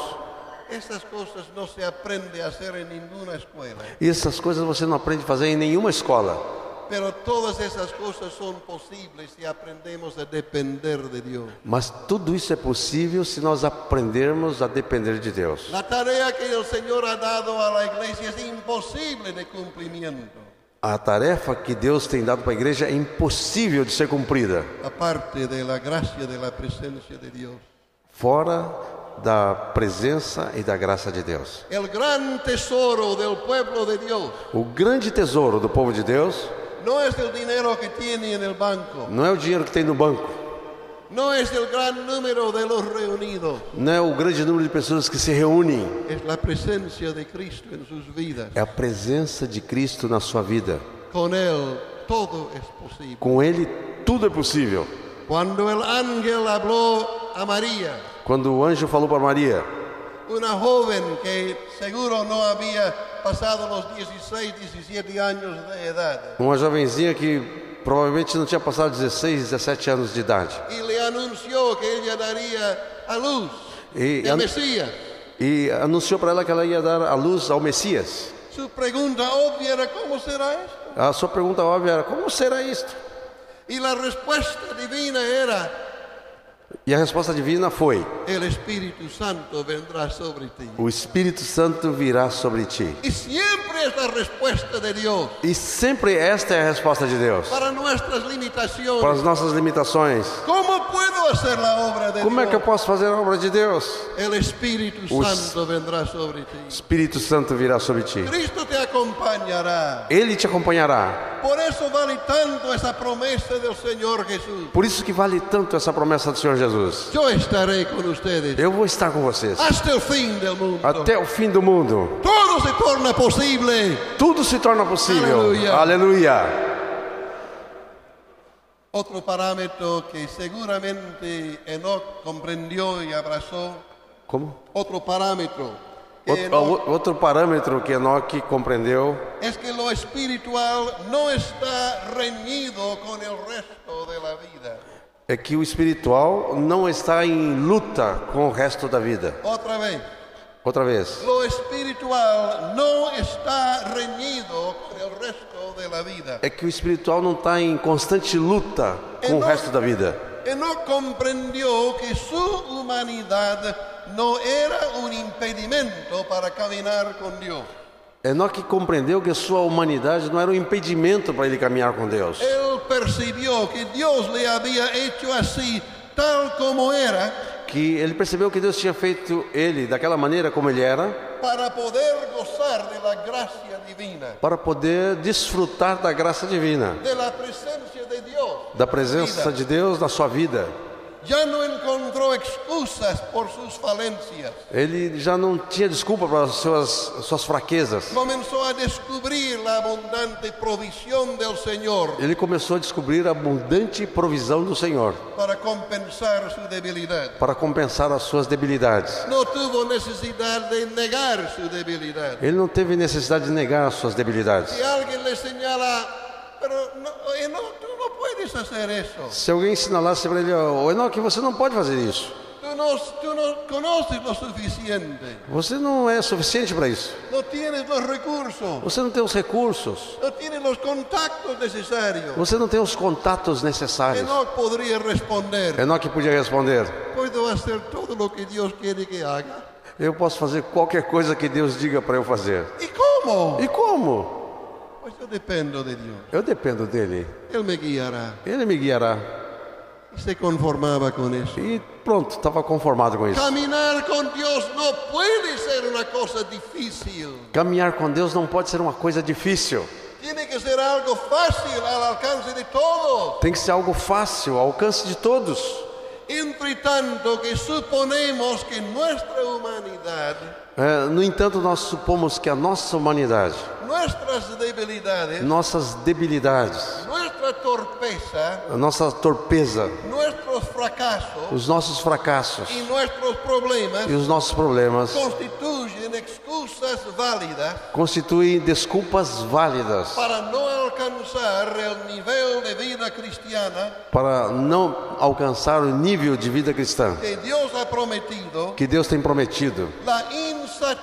S1: Estas cosas no se aprende a hacer en ninguna escuela,
S2: E essas coisas você não aprende a fazer em nenhuma escola,
S1: pero todas esas cosas son posibles si aprendemos a depender de Dios.
S2: mas tudo isso é possível se nós aprendermos a depender de Deus.
S1: La tarea que el Señor ha dado a la iglesia es imposible de cumplimiento,
S2: A tarefa que Deus tem dado para a igreja é impossível de ser cumprida
S1: aparte de la gracia de la presencia de Dios.
S2: fora da presença e da graça de Deus.
S1: El gran tesoro del pueblo de Dios
S2: O grande tesouro do povo de Deus
S1: no es el dinero que tiene en el banco,
S2: não é o dinheiro que tem no banco,
S1: no es el gran número de los reunidos,
S2: não é o grande número de pessoas que se reúnem,
S1: es la presencia de Cristo en sus vidas.
S2: é a presença de Cristo na sua vida.
S1: Con Él todo es posible.
S2: Com Ele tudo é possível.
S1: Cuando el ángel habló a María,
S2: Quando o anjo falou para Maria,
S1: una joven que seguro no había pasado los 16, 17 años de edad,
S2: uma jovenzinha que provavelmente não tinha passado 16, 17 anos de idade,
S1: y le anunció que ella daría a luz
S2: Y-
S1: el Mesías.
S2: e anunciou para ela que ela ia dar à luz ao Messias.
S1: Su pregunta obvia era, ¿cómo será esto?
S2: A sua pergunta óbvia era: como será isto?
S1: Y la respuesta divina era,
S2: E a resposta divina foi:
S1: el Espíritu Santo vendrá sobre ti.
S2: O Espírito Santo virá sobre ti.
S1: Y siempre es la respuesta de Dios
S2: E sempre esta é a resposta de Deus
S1: para nuestras
S2: para
S1: limitaciones.
S2: as nossas limitações.
S1: ¿Cómo puedo hacer la obra de
S2: Como é que eu
S1: Dios?
S2: posso fazer a obra de Deus?
S1: El Espíritu
S2: Os-
S1: Santo vendrá sobre
S2: O
S1: ti.
S2: Espírito Santo virá sobre ti.
S1: Cristo te acompañará.
S2: Ele te acompanhará.
S1: Por eso vale tanto esa promesa del Señor Jesús.
S2: Por isso que vale tanto essa promessa do Senhor Jesus.
S1: Yo estaré con ustedes
S2: Eu vou estar com vocês
S1: hasta el fin del mundo.
S2: até o fim do mundo.
S1: Todo se torna posible
S2: Tudo se torna possível.
S1: Aleluia.
S2: Aleluia.
S1: Otro parámetro que seguramente Enoch comprendió y abrazó,
S2: Como?
S1: otro parámetro que
S2: Outro,
S1: Enoch-
S2: ou- outro parâmetro que Enoque compreendeu
S1: es que lo espiritual no está reñido con el resto de la vida.
S2: é que o espiritual não está em luta com o resto da vida.
S1: Otra vez,
S2: Outra vez.
S1: lo espiritual no está reñido con el resto de la vida.
S2: É que o espiritual não está em constante luta com o
S1: Enoque-
S2: resto da vida.
S1: Enoch comprendió que su humanidad no era un impedimento para caminar con Dios.
S2: Enoque compreendeu que sua humanidade não era um impedimento para ele caminhar com Deus.
S1: Él percibió que Dios le había hecho así, tal como era,
S2: Que ele percebeu que Deus tinha feito ele daquela maneira como ele era
S1: para poder gozar de la gracia divina,
S2: para poder desfrutar da graça divina.
S1: de la presencia de Dios.
S2: da
S1: Vida.
S2: presença de Deus na sua vida.
S1: Ya no encontró excusas por sus falencias.
S2: Ele já não tinha desculpa para as suas, suas fraquezas.
S1: Comenzó a descubrir la abundante provisión del Señor
S2: Ele começou a descobrir a abundante provisão do Senhor
S1: para compensar su debilidad.
S2: para compensar as suas debilidades.
S1: No tuvo necesidad de negar su debilidad.
S2: Ele não teve necessidade de negar as suas
S1: Si
S2: debilidades.
S1: alguien le señala, pero no, eh, no, tú no puedes hacer eso.
S2: Se alguém sinalasse para ele, oh, Enoque, você não pode fazer isso.
S1: Tú no, tú no conoces lo suficiente,
S2: Você não é suficiente para isso.
S1: no tienes los recursos,
S2: Você não tem os recursos.
S1: no tienes los contactos necesarios.
S2: Você não tem os contatos necessários.
S1: Enoch podría responder,
S2: Enoque podia responder:
S1: puedo hacer todo lo que Dios quiere que haga.
S2: Eu posso fazer qualquer coisa que Deus diga para eu fazer.
S1: ¿Y cómo?
S2: E como?
S1: Pues yo dependo de Dios,
S2: Eu dependo dele.
S1: Él me guiará.
S2: Ele me guiará.
S1: Y se conformava con eso.
S2: E pronto, estava conformado com isso.
S1: Caminar con Dios no puede ser una cosa difícil.
S2: Caminhar com Deus não pode ser uma coisa difícil.
S1: Tiene que ser algo fácil al alcance de todos.
S2: Tem que ser algo fácil, ao alcance de todos.
S1: Entre tanto que suponemos que nuestra humanidad,
S2: É, no entanto, nós supomos que a nossa humanidade,
S1: nuestras debilidades,
S2: nossas debilidades,
S1: nuestra torpeza,
S2: a nossa torpeza,
S1: nuestros fracasos
S2: os nossos fracassos
S1: y nuestros problemas
S2: e os nossos problemas
S1: constituyen excusas válidas
S2: constituem desculpas válidas
S1: para no alcanzar el nivel de vida cristiana
S2: para não alcançar o nível de vida cristã
S1: que Dios ha prometido,
S2: que Deus tem prometido.
S1: la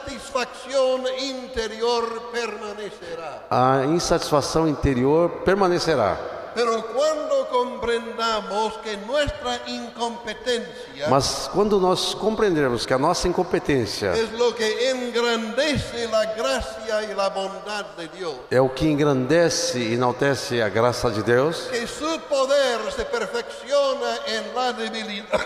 S1: insatisfacción interior permanecerá.
S2: A insatisfação interior permanecerá,
S1: Pero cuando comprendamos que nuestra incompetencia
S2: mas quando nós compreendermos que a nossa incompetência
S1: es lo que engrandece la gracia y la bondad de Dios,
S2: é o que engrandece e enaltece a graça de Deus,
S1: que su poder se perfecciona en la debilidad,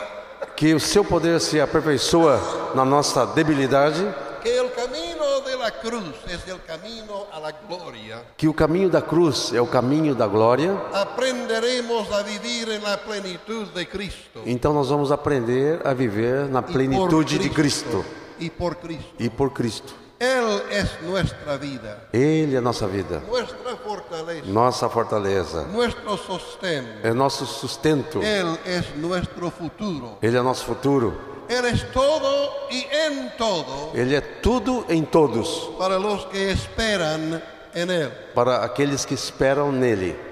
S2: que o seu poder se aperfeiçoa na nossa debilidade,
S1: que el camino de la cruz es el camino a la gloria.
S2: que o caminho da cruz é o caminho da glória,
S1: aprenderemos a vivir en la plenitud de Cristo.
S2: então nós vamos aprender a viver na
S1: por
S2: plenitude de Cristo
S1: Y por Cristo.
S2: e por Cristo.
S1: Él es nuestra vida,
S2: Ele é a nossa vida,
S1: nuestra fortaleza,
S2: nossa fortaleza,
S1: nuestro sostén.
S2: é nosso sustento,
S1: Él es nuestro futuro.
S2: Ele é nosso futuro,
S1: Él es todo y en todo
S2: Ele é tudo em todos.
S1: para los que esperan en Él.
S2: para aqueles que esperam nele.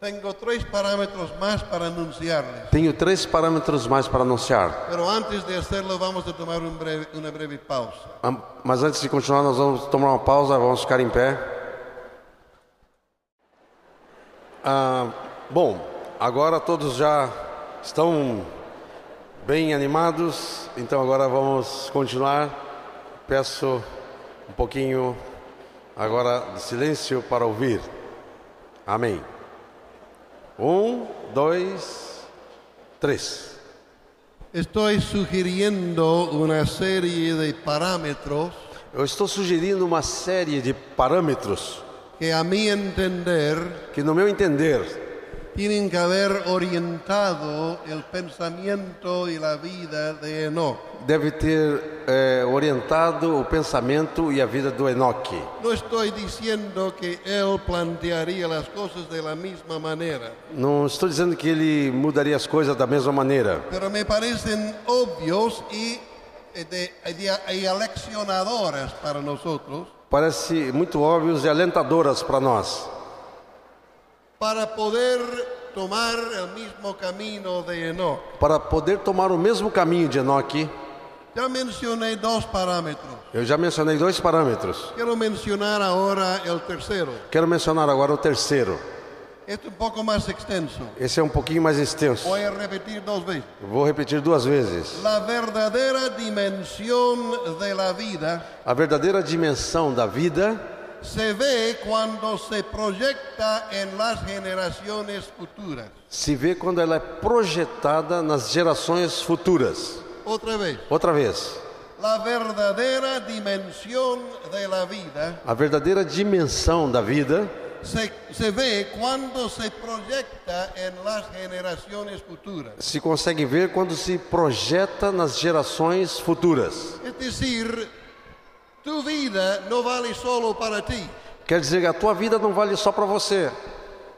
S1: Tengo tres parámetros más para anunciarles,
S2: Tenho três parâmetros mais para anunciar,
S1: pero antes de hacerlo vamos a tomar un breve- una breve pausa.
S2: Am- Ah, mas antes de continuar, nós vamos tomar uma pausa, vamos ficar em pé. Ah, bom, agora todos já estão bem animados, então agora vamos continuar. Peço um pouquinho agora de silêncio para ouvir. Amém. Um, dois, três.
S1: Estoy sugiriendo una serie de parámetros
S2: Eu estou sugerindo uma série de parâmetros
S1: que a mi entender
S2: que, no meu entender,
S1: tienen que haber orientado el pensamiento y la vida de Enoch.
S2: deve ter eh, orientado o pensamento e a vida do Enoque.
S1: No estoy diciendo que él plantearía las cosas de la misma manera,
S2: Não estou dizendo que ele mudaria as coisas da mesma maneira,
S1: pero me parecen obvios y, eh, de- de- y aleccionadoras para nosotros
S2: parece muito óbvios e alentadoras para nós,
S1: para poder tomar el mismo camino de Enoch.
S2: para poder tomar o mesmo caminho de Enoque.
S1: Ya mencioné dos parámetros.
S2: Eu já mencionei dois parâmetros.
S1: Quiero mencionar ahora el tercero.
S2: Quero mencionar agora o terceiro.
S1: Este es un poco más extenso.
S2: Esse é um pouquinho mais extenso.
S1: Voy a repetir dos veces.
S2: Vou repetir duas vezes.
S1: La verdadera dimensión de la vida
S2: A verdadeira dimensão da vida
S1: se ve cuando se proyecta en las generaciones futuras.
S2: se vê quando ela é projetada nas gerações futuras.
S1: Otra vez,
S2: Outra vez,
S1: la verdadera dimensión de la vida
S2: a verdadeira dimensão da vida
S1: se, se ve cuando se proyecta en las generaciones futuras.
S2: se consegue ver quando se projeta nas gerações futuras.
S1: Es decir, tu vida no vale solo para ti.
S2: Quer dizer que a tua vida não vale só para você.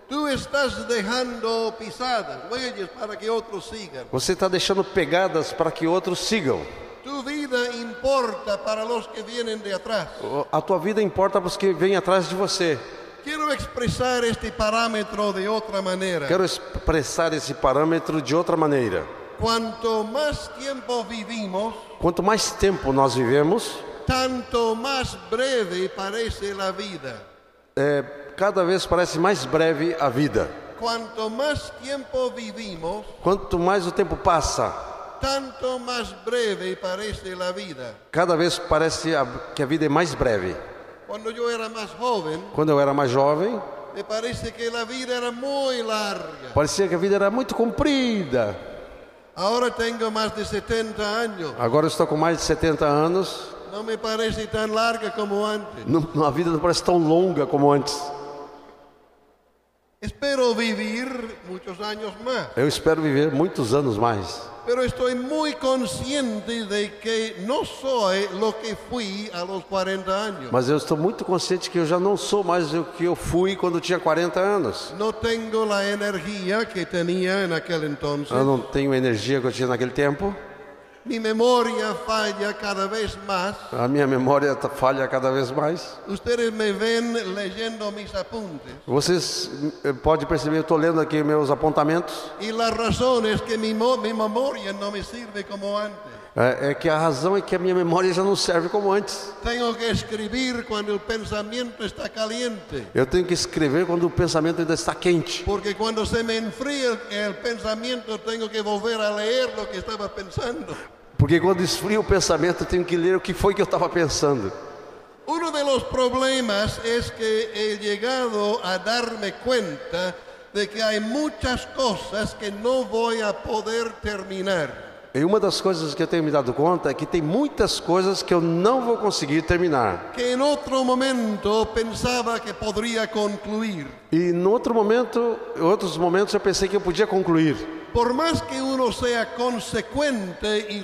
S1: Tú estás dejando pisadas, huellas para que otros sigan.
S2: Você está deixando pegadas para que outros sigam.
S1: Tu vida importa para los que vienen de atrás.
S2: O- A tua vida importa para os que vêm atrás de você.
S1: Quiero expresar este parámetro de otra manera.
S2: Quero expressar esse parâmetro de outra maneira.
S1: Cuanto más tiempo vivimos,
S2: Quanto mais tempo nós vivemos,
S1: tanto más breve parece la vida.
S2: é, cada vez parece mais breve a vida.
S1: Cuanto más tiempo vivimos,
S2: Quanto mais o tempo passa,
S1: tanto más breve parece la vida.
S2: Cada vez parece a- que a vida é mais breve.
S1: Cuando yo era más joven,
S2: Quando eu era mais jovem,
S1: me parece que la vida era muy larga.
S2: parecia que a vida era muito comprida.
S1: Ahora tengo más de 70 años.
S2: Agora eu estou com mais de 70 anos,
S1: No me parece tan larga como antes.
S2: não, a vida não parece tão longa como antes.
S1: Espero vivir muchos años más,
S2: Eu espero viver muitos anos mais.
S1: pero estoy muy consciente de que no soy lo que fui a los 40 años.
S2: Mas eu estou muito consciente que eu já não sou mais o que eu fui quando eu tinha 40 anos.
S1: No tengo la energía que tenía en aquel entonces.
S2: Eu não tenho a energia que eu tinha naquele tempo.
S1: Mi memoria falla cada vez más.
S2: A minha memória tá- falha cada vez mais.
S1: Ustedes me ven leyendo mis apuntes.
S2: Vocês eh, podem perceber, eu estou lendo aqui meus apontamentos.
S1: Y la razón es que mi, mo- mi memoria no me sirve como antes.
S2: É, é que a razão é que a minha memória já não serve como antes.
S1: Tengo que escribir cuando el pensamiento está caliente.
S2: Eu tenho que escrever quando o pensamento ainda está quente.
S1: Porque cuando se me enfría el, el pensamiento tengo que volver a leer lo que estaba pensando.
S2: Porque quando esfria o pensamento, eu tenho que ler o que foi que eu estava pensando.
S1: Uno de los problemas es que he llegado a darme cuenta de que hay muchas cosas que no voy a poder terminar.
S2: E uma das coisas que eu tenho me dado conta é que tem muitas coisas que eu não vou conseguir terminar.
S1: Que en otro momento pensaba que podría concluir.
S2: E em outro momento, em outros momentos eu pensei que eu podia concluir.
S1: Por más que uno sea consecuente y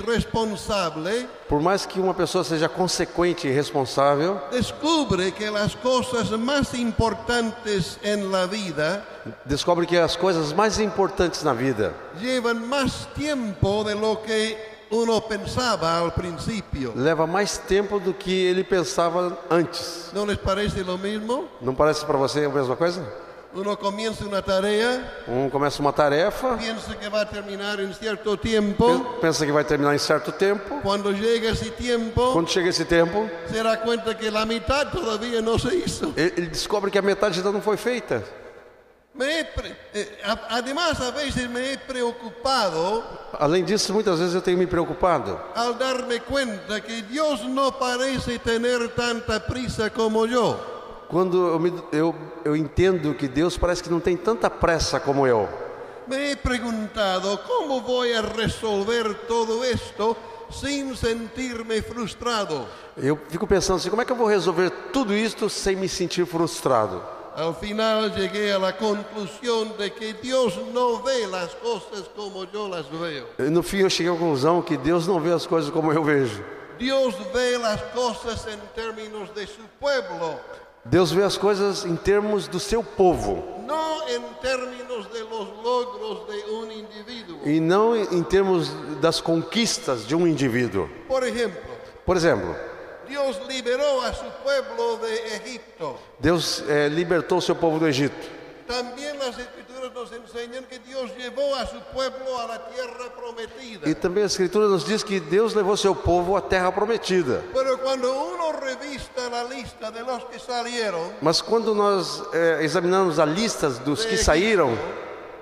S1: responsable,
S2: Por mais que uma pessoa seja consequente e responsável,
S1: descubre que las cosas más importantes en la vida
S2: descobre que é as coisas mais importantes na vida
S1: llevan más tiempo de lo que uno pensaba al principio.
S2: leva mais tempo do que ele pensava antes.
S1: ¿No les parece lo mismo?
S2: Não parece para você a mesma coisa?
S1: Uno comienza una tarea,
S2: Um começa uma tarefa,
S1: piensa que va a terminar en cierto tiempo,
S2: pe- pensa que vai terminar em certo tempo.
S1: cuando llega ese tiempo
S2: Quando chega esse tempo,
S1: se da cuenta que la mitad todavía no se hizo.
S2: ele ele descobre que a metade ainda não foi feita.
S1: Me he pre- eh, a- además, a veces me he preocupado
S2: Além disso, muitas vezes eu tenho me preocupado
S1: al darme cuenta que Dios no parece tener tanta prisa como yo.
S2: quando eu, me- eu, eu entendo que Deus parece que não tem tanta pressa como eu.
S1: Me he preguntado cómo voy a resolver todo esto sin sentirme frustrado.
S2: Eu fico pensando assim: como é que eu vou resolver tudo isto sem me sentir frustrado?
S1: Al final llegué a la conclusión de que Dios no ve las cosas como yo las veo.
S2: E No fim, eu cheguei à conclusão que Deus não vê as coisas como eu vejo.
S1: Dios ve las cosas en términos de su pueblo,
S2: Deus vê as coisas em termos do seu povo
S1: no en términos de los logros de un individuo.
S2: e não em termos das conquistas de um indivíduo.
S1: Por ejemplo,
S2: Por exemplo,
S1: Dios liberó a su pueblo de Egipto.
S2: Deus eh, libertou o seu povo do Egito.
S1: También las escrituras nos enseñan que Dios llevó a su pueblo a la tierra prometida.
S2: E também a Escritura nos diz que Deus levou seu povo à terra prometida.
S1: Pero cuando uno revista la lista de los que salieron
S2: Mas quando nós eh, examinamos a lista dos que saíram,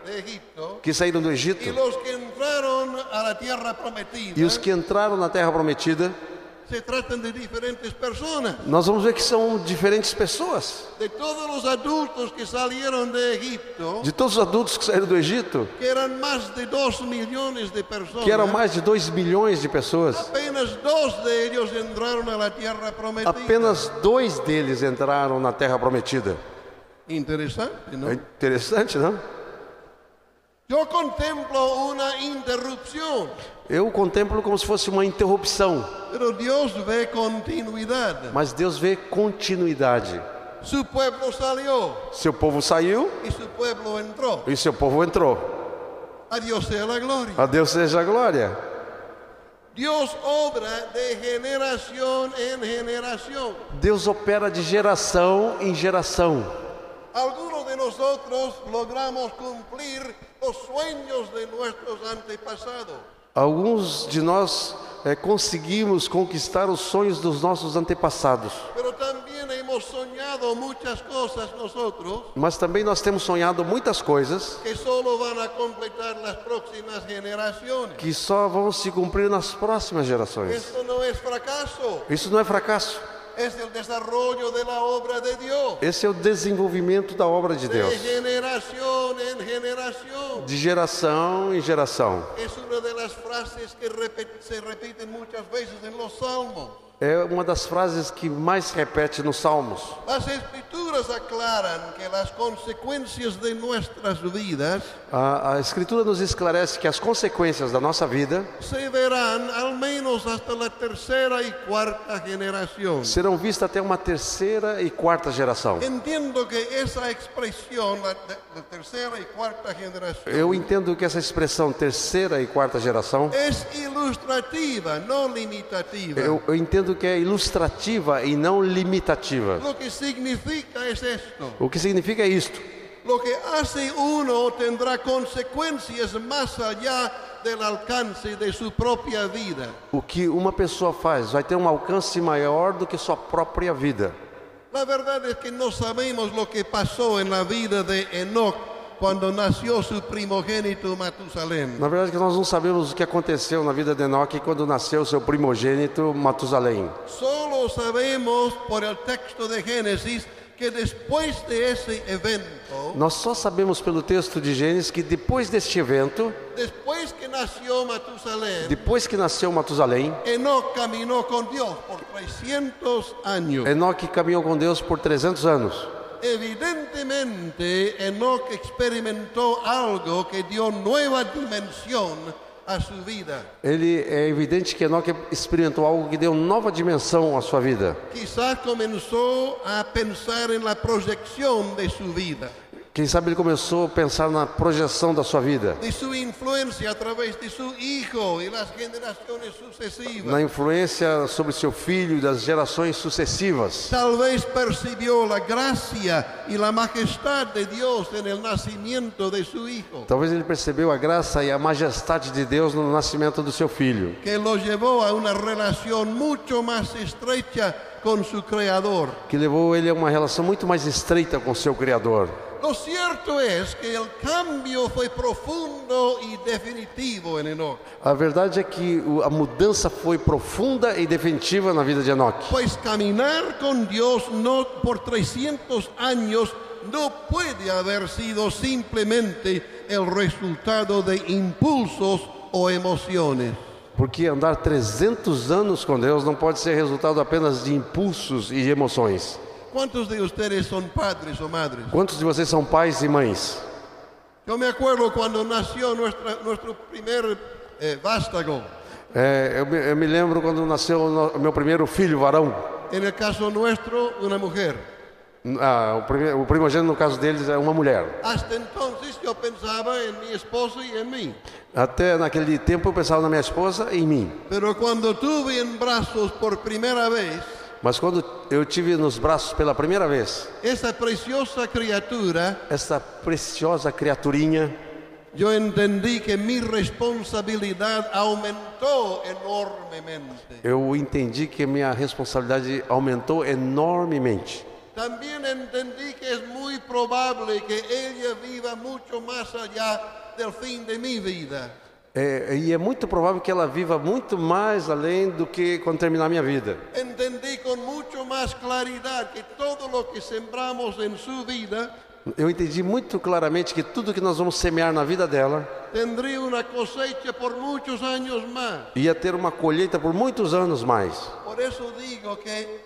S1: de Egipto
S2: que saíram do
S1: y
S2: Egito,
S1: los que entraron a la tierra prometida,
S2: e os que entraram na terra prometida,
S1: se tratan de diferentes personas.
S2: nós vamos ver que são diferentes pessoas.
S1: De todos los adultos que salieron de Egipto,
S2: De todos os adultos que saíram do Egito,
S1: que eran más de dos millones de personas,
S2: que eram mais de 2 milhões de pessoas,
S1: apenas dos de ellos entraron a la tierra prometida.
S2: apenas dois deles entraram na terra prometida.
S1: Interesante, ¿no?
S2: É interessante, não?
S1: Yo contemplo una interrupción,
S2: Eu contemplo como se fosse uma interrupção,
S1: pero Dios ve continuidad.
S2: mas Deus vê continuidade.
S1: Su pueblo salió
S2: Seu povo saiu
S1: y su pueblo entró.
S2: e seu povo entrou.
S1: A Dios sea la gloria.
S2: A Deus seja a glória.
S1: Dios obra de generación en generación.
S2: Deus opera de geração em geração.
S1: Algunos de nosotros logramos cumplir los sueños de nuestros antepasados.
S2: Alguns de nós eh, conseguimos conquistar os sonhos dos nossos antepassados,
S1: Pero también hemos soñado muchas cosas nosotros
S2: mas também nós temos sonhado muitas coisas
S1: que solo van a completar las próximas generaciones.
S2: que só vão se cumprir nas próximas gerações.
S1: Esto no es fracaso.
S2: Isso não é fracasso,
S1: es el desarrollo de la obra de Dios,
S2: esse é o desenvolvimento da obra de Deus,
S1: de generación en generación.
S2: de geração em geração.
S1: Es una de las frases que repe- se repiten muchas veces en los salmos.
S2: É uma das frases que mais repete nos Salmos.
S1: Las escrituras aclaran que las consecuencias de nuestras vidas
S2: A, a Escritura nos esclarece que as consequências da nossa vida
S1: se verán al menos hasta la tercera y cuarta generación.
S2: serão vistas até uma terceira e quarta geração.
S1: Entiendo que esa expresión, la, te- la tercera y cuarta generación,
S2: Eu entendo que essa expressão terceira e quarta geração,
S1: es ilustrativa, no limitativa.
S2: eu, eu entendo que é ilustrativa e não limitativa.
S1: Lo que significa es esto.
S2: O que significa isto?
S1: Lo que hace uno tendrá consecuencias más allá del alcance de su propia vida.
S2: O que uma pessoa faz vai ter um alcance maior do que sua própria vida.
S1: La verdad es que no sabemos lo que pasó en la vida de Enoch cuando nació su primogénito Matusalén.
S2: Na verdade, que nós não sabemos o que aconteceu na vida de Enoque quando nasceu seu primogênito Matusalém.
S1: Solo sabemos por el texto de Génesis que después de ese evento,
S2: Nós só sabemos pelo texto de Gênesis que depois deste evento,
S1: después que nació Matusalén,
S2: depois que nasceu Matusalém,
S1: Enoch caminó con Dios por 300 años.
S2: Enoque caminhou com Deus por 300 anos.
S1: Evidentemente, Enoch experimentó algo que dio nueva dimensión a su vida.
S2: Ele é evidente que Enoque experimentou algo que deu nova dimensão à sua vida.
S1: Quizás comenzó a pensar en la proyección de su vida,
S2: Quem sabe ele começou a pensar na projeção da sua vida,
S1: de su influencia a través de su hijo y las generaciones sucesivas.
S2: na influência sobre seu filho e das gerações sucessivas.
S1: Tal vez percibió la gracia y la majestad de Dios en el nacimiento de su hijo,
S2: Talvez ele percebeu a graça e a majestade de Deus no nascimento do seu filho,
S1: que lo llevó a una relación mucho más estrecha con su creador.
S2: que levou ele a uma relação muito mais estreita com seu Criador.
S1: Lo cierto es que el cambio fue profundo y definitivo en Enoch,
S2: A verdade é que o- a mudança foi profunda e definitiva na vida de Enoque.
S1: pues caminar con Dios no por 300 años no puede haber sido simplemente el resultado de impulsos o emociones.
S2: Porque andar 300 anos com Deus não pode ser resultado apenas de impulsos e emoções.
S1: ¿Cuántos de ustedes son padres o madres?
S2: Quantos de vocês são pais e mães?
S1: Yo me acuerdo cuando nació nuestra- nuestro primer eh, vástago,
S2: É, eu, me, eu me lembro quando nasceu o no- o meu primeiro filho, varão.
S1: en el caso nuestro, una mujer.
S2: Ah, o, prime, o primogênito, no caso deles, é uma mulher.
S1: Hasta entonces yo pensaba en mi esposo y en mí.
S2: Até naquele tempo eu pensava na minha esposa e em mim.
S1: Pero cuando tuve en brazos por primera vez
S2: Mas quando eu tive nos braços pela primeira vez
S1: esa preciosa criatura,
S2: essa preciosa criaturinha,
S1: yo entendí que mi responsabilidad aumentó enormemente.
S2: eu entendi que minha responsabilidade aumentou enormemente.
S1: También entendí que es muy probable que ella viva mucho más allá del fin de mi vida.
S2: É, e é muito provável que ela viva muito mais além do que quando terminar minha vida.
S1: Entendí con mucho más claridad que todo lo que sembramos en su vida
S2: Eu entendi muito claramente que tudo que nós vamos semear na vida dela
S1: tendría una cosecha por muchos años más.
S2: ia ter uma colheita por muitos anos mais.
S1: Por eso digo que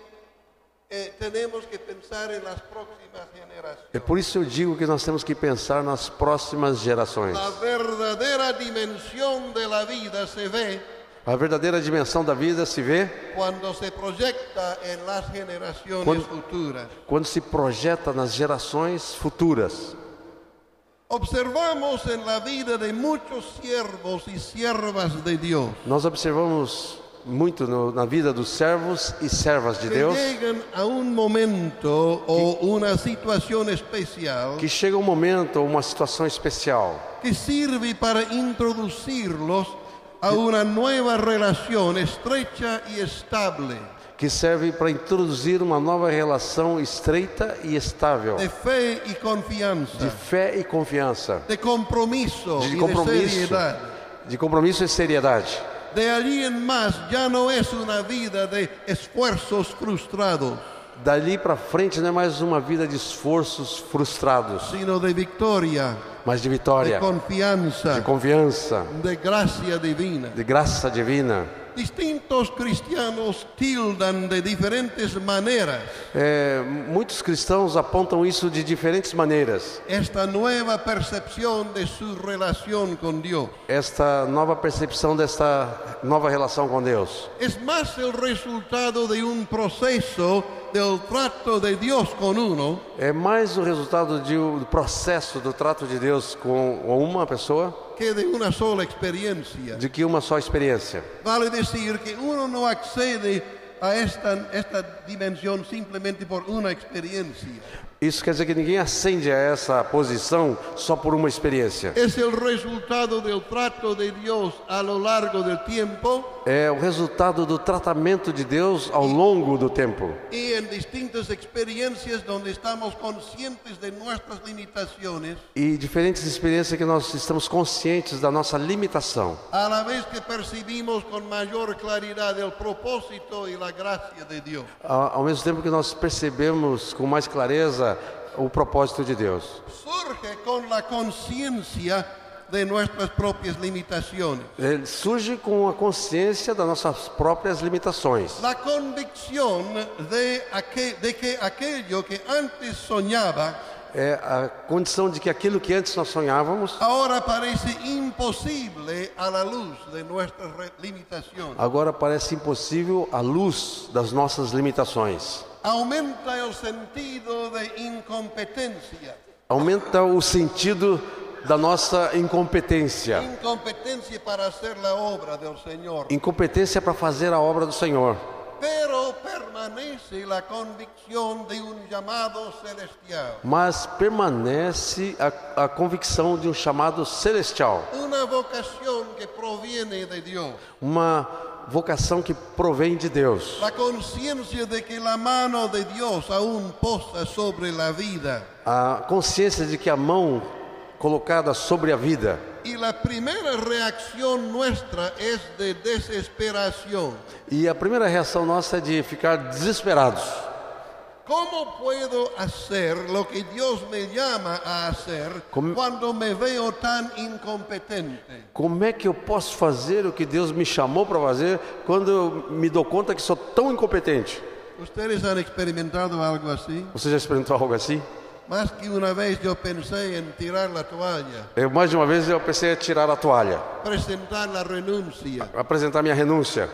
S1: eh, tenemos que pensar en las próximas generaciones.
S2: É por isso eu digo que nós temos que pensar nas próximas gerações.
S1: La verdadera dimensión de la vida se ve
S2: A verdadeira dimensão da vida se vê
S1: cuando se proyecta en las generaciones
S2: Cuando-
S1: futuras.
S2: quando se projeta nas gerações futuras.
S1: Observamos en la vida de muchos siervos y siervas de Dios
S2: Nós observamos muito no- na vida dos servos e servas de
S1: que
S2: Deus
S1: llegan a un momento o una situación especial
S2: que chega um momento ou uma situação especial
S1: que sirve para introducirlos a una nueva relación estrecha y estable
S2: que serve para introduzir uma nova relação estreita e estável
S1: de fe y
S2: de
S1: confianza,
S2: fé e confianza,
S1: de compromiso
S2: de
S1: y de
S2: compromisso,
S1: seriedad.
S2: de compromisso e seriedade.
S1: De allí en más ya no es una vida de esfuerzos frustrados,
S2: Dali para frente não é mais uma vida de esforços frustrados,
S1: sino de victoria,
S2: mas de
S1: de
S2: vitória,
S1: confianza,
S2: de confiança,
S1: de gracia divina.
S2: de graça divina.
S1: Distintos cristianos tildan de diferentes maneras
S2: É, muitos cristãos apontam isso de diferentes maneiras.
S1: esta nueva percepción de su relación con Dios.
S2: Esta nova percepção desta nova relação com Deus
S1: Es más el resultado de un proceso del trato de Dios con uno
S2: é mais o resultado de um- do processo do trato de Deus com uma pessoa
S1: que de una sola experiencia.
S2: do que uma só experiência.
S1: Vale decir que uno no accede a esta, esta dimensión simplemente por una experiencia.
S2: Isso quer dizer que ninguém ascende a essa posição só por uma experiência.
S1: Es el resultado del trato de Dios a lo largo del tiempo
S2: É o resultado do tratamento de Deus ao longo do tempo.
S1: y en distintas experiencias donde estamos conscientes de nuestras limitaciones,
S2: E diferentes experiências que nós estamos conscientes da nossa limitação.
S1: a la vez que percibimos con mayor claridad el propósito y la gracia de Dios.
S2: A- Ao mesmo tempo que nós percebemos com mais clareza o propósito de Deus.
S1: Surge con la conciencia de nuestras propias limitaciones.
S2: Ele É, surge com a consciência das nossas próprias limitações.
S1: La convicción de, aque- de que aquello que antes soñaba
S2: É a condição de que aquilo que antes nós sonhávamos,
S1: ahora parece imposible a la luz de nuestras re- limitaciones.
S2: agora parece impossível à luz das nossas limitações.
S1: Aumenta el sentido de incompetencia,
S2: Aumenta o sentido da nossa incompetência.
S1: incompetencia para hacer la obra del Señor,
S2: Incompetência para fazer a obra do Senhor.
S1: pero permanece la convicción de un llamado celestial,
S2: Mas permanece a, a convicção de um chamado celestial.
S1: una vocación que proviene de Dios.
S2: uma vocação que provém de Deus,
S1: La conciencia de que la mano de Dios aún posa sobre la vida.
S2: a consciência de que a mão colocada sobre a vida
S1: Y la primera reacción nuestra es de desesperación.
S2: e a primeira reação nossa é de ficar desesperados.
S1: ¿Cómo puedo hacer lo que Dios me llama a hacer
S2: Com-
S1: cuando me veo tan incompetente?
S2: Como é que eu posso fazer o que Deus me chamou para fazer quando eu me dou conta que sou tão incompetente?
S1: ¿Ustedes han experimentado algo así?
S2: Você já experimentou algo assim?
S1: Más que una vez yo pensé en tirar la toalla,
S2: Eu, mais de uma vez eu pensei em tirar a toalha,
S1: presentar la renuncia,
S2: apresentar minha renúncia,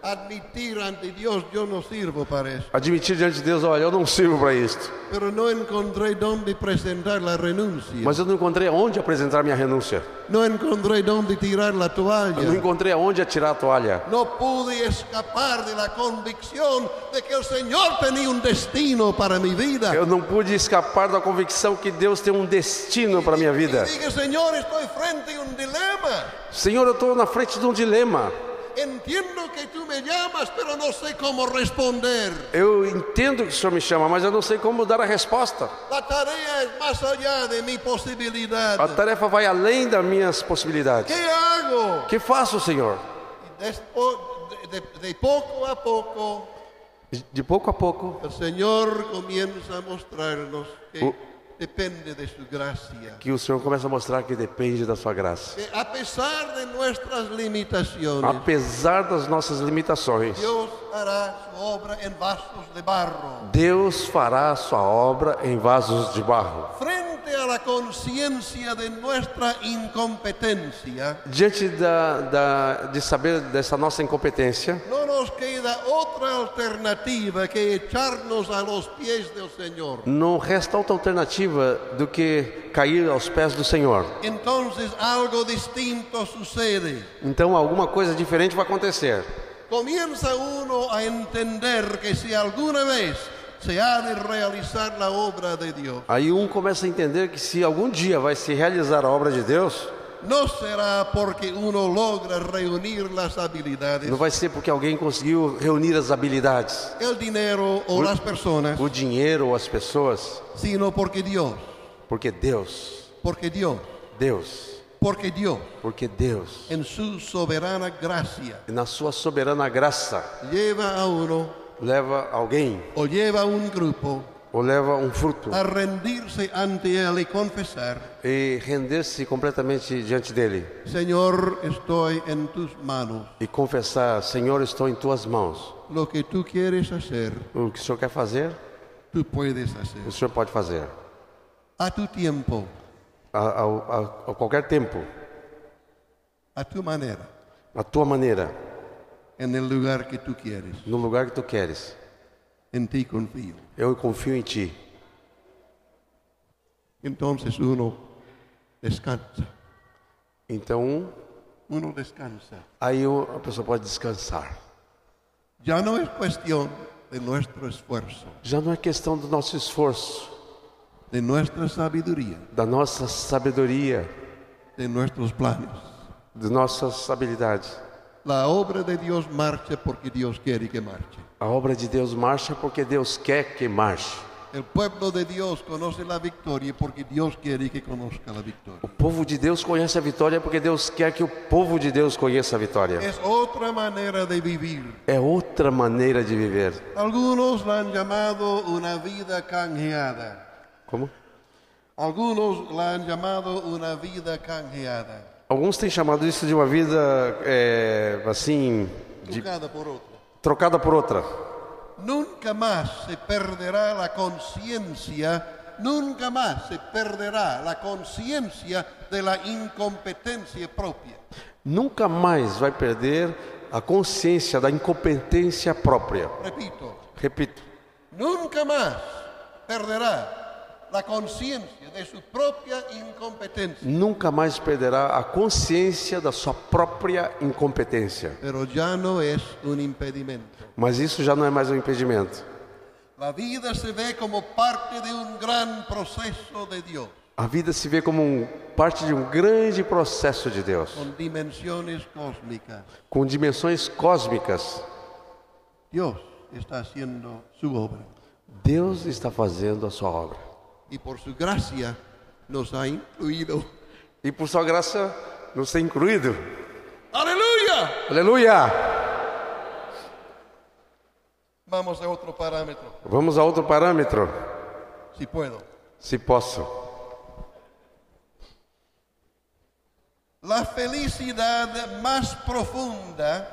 S1: admitir ante Dios yo no sirvo para eso.
S2: admitir diante de Deus, olha, eu não sirvo para isto.
S1: Pero no encontré dónde presentar la renuncia.
S2: Mas eu não encontrei aonde apresentar minha renúncia.
S1: No encontré dónde tirar la
S2: Eu não
S1: toalla.
S2: encontrei aonde atirar a toalha.
S1: No pude escapar de la convicción de que el Señor tenía un destino para mi vida.
S2: Eu não pude escapar da convicção que Deus tem um destino para minha vida.
S1: Y dije, Señor, estoy frente a un dilema.
S2: Senhor, eu estou na frente de um dilema.
S1: Entiendo que tú me llamas, pero no sé cómo responder.
S2: Eu entendo que o Senhor me chama, mas eu não sei como dar a resposta.
S1: La tarea es más allá de mi
S2: A
S1: posibilidad.
S2: tarefa vai além das minhas possibilidades.
S1: ¿Qué hago?
S2: O que faço, Senhor?
S1: Y despo- de- de- de poco a poco,
S2: De- De pouco a pouco,
S1: el Señor comienza a mostrarnos que
S2: Oh.
S1: depende de su gracia.
S2: que o Senhor começa a mostrar que depende da sua graça.
S1: Que a pesar de nuestras limitaciones,
S2: Ah. Apesar das nossas limitações,
S1: Dios hará su obra en vasos de barro.
S2: Deus fará a sua obra em vasos de barro.
S1: Frente a la conciencia de nuestra incompetencia,
S2: Diante da, da, de saber dessa nossa incompetência,
S1: no nos queda otra alternativa que echarnos a los pies del Señor.
S2: Não resta outra alternativa do que cair aos pés do Senhor.
S1: Entonces algo distinto sucede.
S2: Então alguma coisa diferente vai acontecer.
S1: Comienza uno a entender que si alguna vez se ha de realizar la obra de Dios,
S2: Aí um começa a entender que se algum dia vai se realizar a obra de Deus,
S1: no será porque uno logra reunir las habilidades
S2: não vai ser porque alguém conseguiu reunir as habilidades,
S1: el dinero o las personas,
S2: o dinheiro ou as pessoas,
S1: sino porque Dios,
S2: porque Deus,
S1: porque Dios,
S2: Deus,
S1: porque Dios,
S2: porque Deus,
S1: en su soberana gracia,
S2: na sua soberana graça,
S1: lleva a uno
S2: leva alguém
S1: o lleva a un grupo
S2: o leva um fruto
S1: a rendirse ante Él y confesar,
S2: e render-se completamente diante dele
S1: Señor, estoy en tus manos,
S2: e confessar: Senhor, estou em tuas mãos.
S1: lo que tú quieres hacer,
S2: O que o Senhor quer fazer,
S1: tú puedes
S2: o
S1: hacer,
S2: Senhor pode fazer
S1: a tu tiempo,
S2: a, a, a, a qualquer tempo,
S1: a tu manera,
S2: a tua maneira,
S1: en el lugar que tú quieres.
S2: no lugar que tu queres.
S1: En ti confío.
S2: Eu confio em ti.
S1: Entonces uno descansa,
S2: Então,
S1: uno descansa.
S2: aí o- a pessoa pode descansar.
S1: Ya no es cuestión de nuestro esfuerzo,
S2: Já não é questão do nosso esforço,
S1: de nuestra sabiduría,
S2: da nossa sabedoria,
S1: de nuestros planes.
S2: das nossas habilidades.
S1: La obra de Dios marcha porque Dios quiere que marche.
S2: A obra de Deus marcha porque Deus quer que marche.
S1: El pueblo de Dios conoce la victoria porque Dios quiere que conozca la victoria.
S2: O povo de Deus conhece a vitória porque Deus quer que o povo de Deus conheça a vitória.
S1: Es otra manera de vivir.
S2: É outra maneira de viver.
S1: Algunos la han llamado una vida canjeada.
S2: Como?
S1: Algunos la han llamado una vida canjeada,
S2: Alguns têm chamado isso de uma vida é, assim, de-
S1: tocada por otra.
S2: trocada por outra.
S1: Nunca más se perderá la conciencia, nunca más se perderá la conciencia de la incompetencia propia.
S2: Nunca mais vai perder a consciência da incompetência própria.
S1: Repito,
S2: Repito,
S1: nunca más perderá la conciencia de su propia incompetencia.
S2: nunca mais perderá a consciência da sua própria incompetência.
S1: Pero ya no es un impedimento.
S2: Mas isso já não é mais um impedimento.
S1: La vida se ve como parte de un gran proceso de Dios,
S2: A vida se vê como um- parte de um grande processo de Deus,
S1: con dimensiones cósmicas.
S2: com dimensões cósmicas.
S1: Dios está haciendo su obra
S2: Deus está fazendo a sua obra.
S1: y por su gracia nos ha incluido.
S2: E por sua graça, nos tem incluído.
S1: Aleluya.
S2: Aleluia!
S1: Vamos a otro parámetro,
S2: Vamos a outro parâmetro,
S1: si puedo.
S2: se posso.
S1: La felicidad más profunda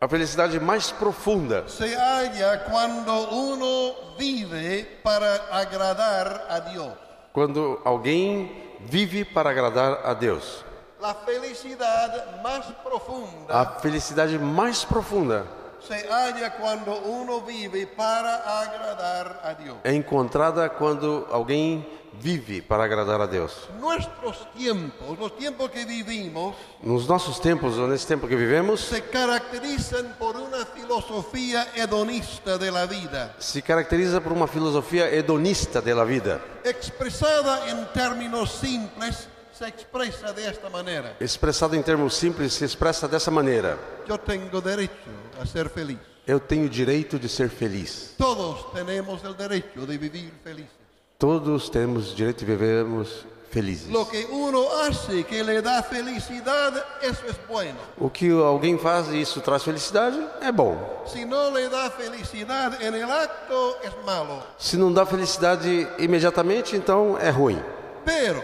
S2: A felicidade mais profunda
S1: se halla cuando uno vive para agradar a Dios.
S2: quando alguém vive para agradar a Deus.
S1: La felicidad más profunda
S2: A felicidade mais profunda
S1: se halla cuando uno vive para agradar a Dios.
S2: é encontrada quando alguém vive para agradar a Deus.
S1: Nuestros tiempos, los tiempos que vivimos,
S2: Nos nossos tempos, ou nesse tempo que vivemos,
S1: se caracterizan por una filosofía hedonista de la vida.
S2: se caracteriza por uma filosofia hedonista da vida,
S1: expresada en términos simples, se expresa de esta manera.
S2: expressada em termos simples, se expressa dessa maneira:
S1: Yo tengo derecho a ser feliz.
S2: Eu tenho o direito de ser feliz.
S1: Todos tenemos el derecho de vivir felices.
S2: Todos temos direito de vivermos felizes.
S1: Lo que uno hace que le da felicidad, eso es bueno.
S2: O que alguém faz e isso traz felicidade é bom.
S1: Si no le da felicidad en el acto, es malo.
S2: Se não dá felicidade imediatamente, então é ruim.
S1: Pero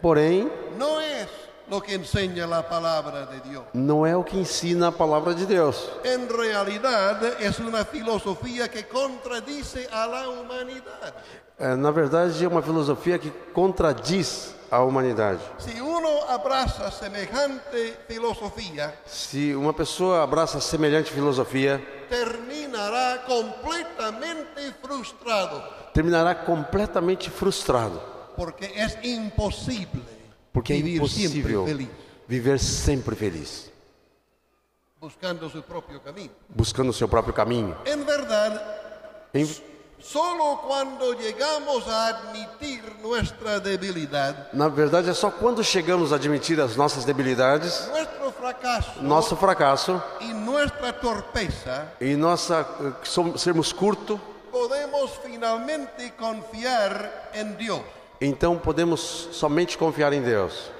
S2: Porém,
S1: no es lo que enseña la palabra de Dios.
S2: não é o que ensina a palavra de Deus.
S1: En realidad es una filosofía que contradice a la humanidad.
S2: É, na verdade, é uma filosofia que contradiz a humanidade.
S1: Si uno abraza semejante filosofía,
S2: Se uma pessoa abraça semelhante filosofia,
S1: terminará completamente frustrado,
S2: terminará completamente frustrado,
S1: porque es imposible
S2: porque é
S1: vivir siempre
S2: impossível
S1: feliz,
S2: viver sempre feliz,
S1: buscando su propio camino.
S2: buscando o seu próprio caminho.
S1: En verdad,
S2: Em-
S1: solo cuando llegamos a admitir nuestra debilidad,
S2: na verdade, é só quando chegamos a admitir as nossas debilidades,
S1: nuestro fracaso
S2: nosso fracasso
S1: y nuestra torpeza,
S2: e nossa eh, som- sermos curto,
S1: podemos finalmente confiar en Dios,
S2: então podemos somente confiar em Deus,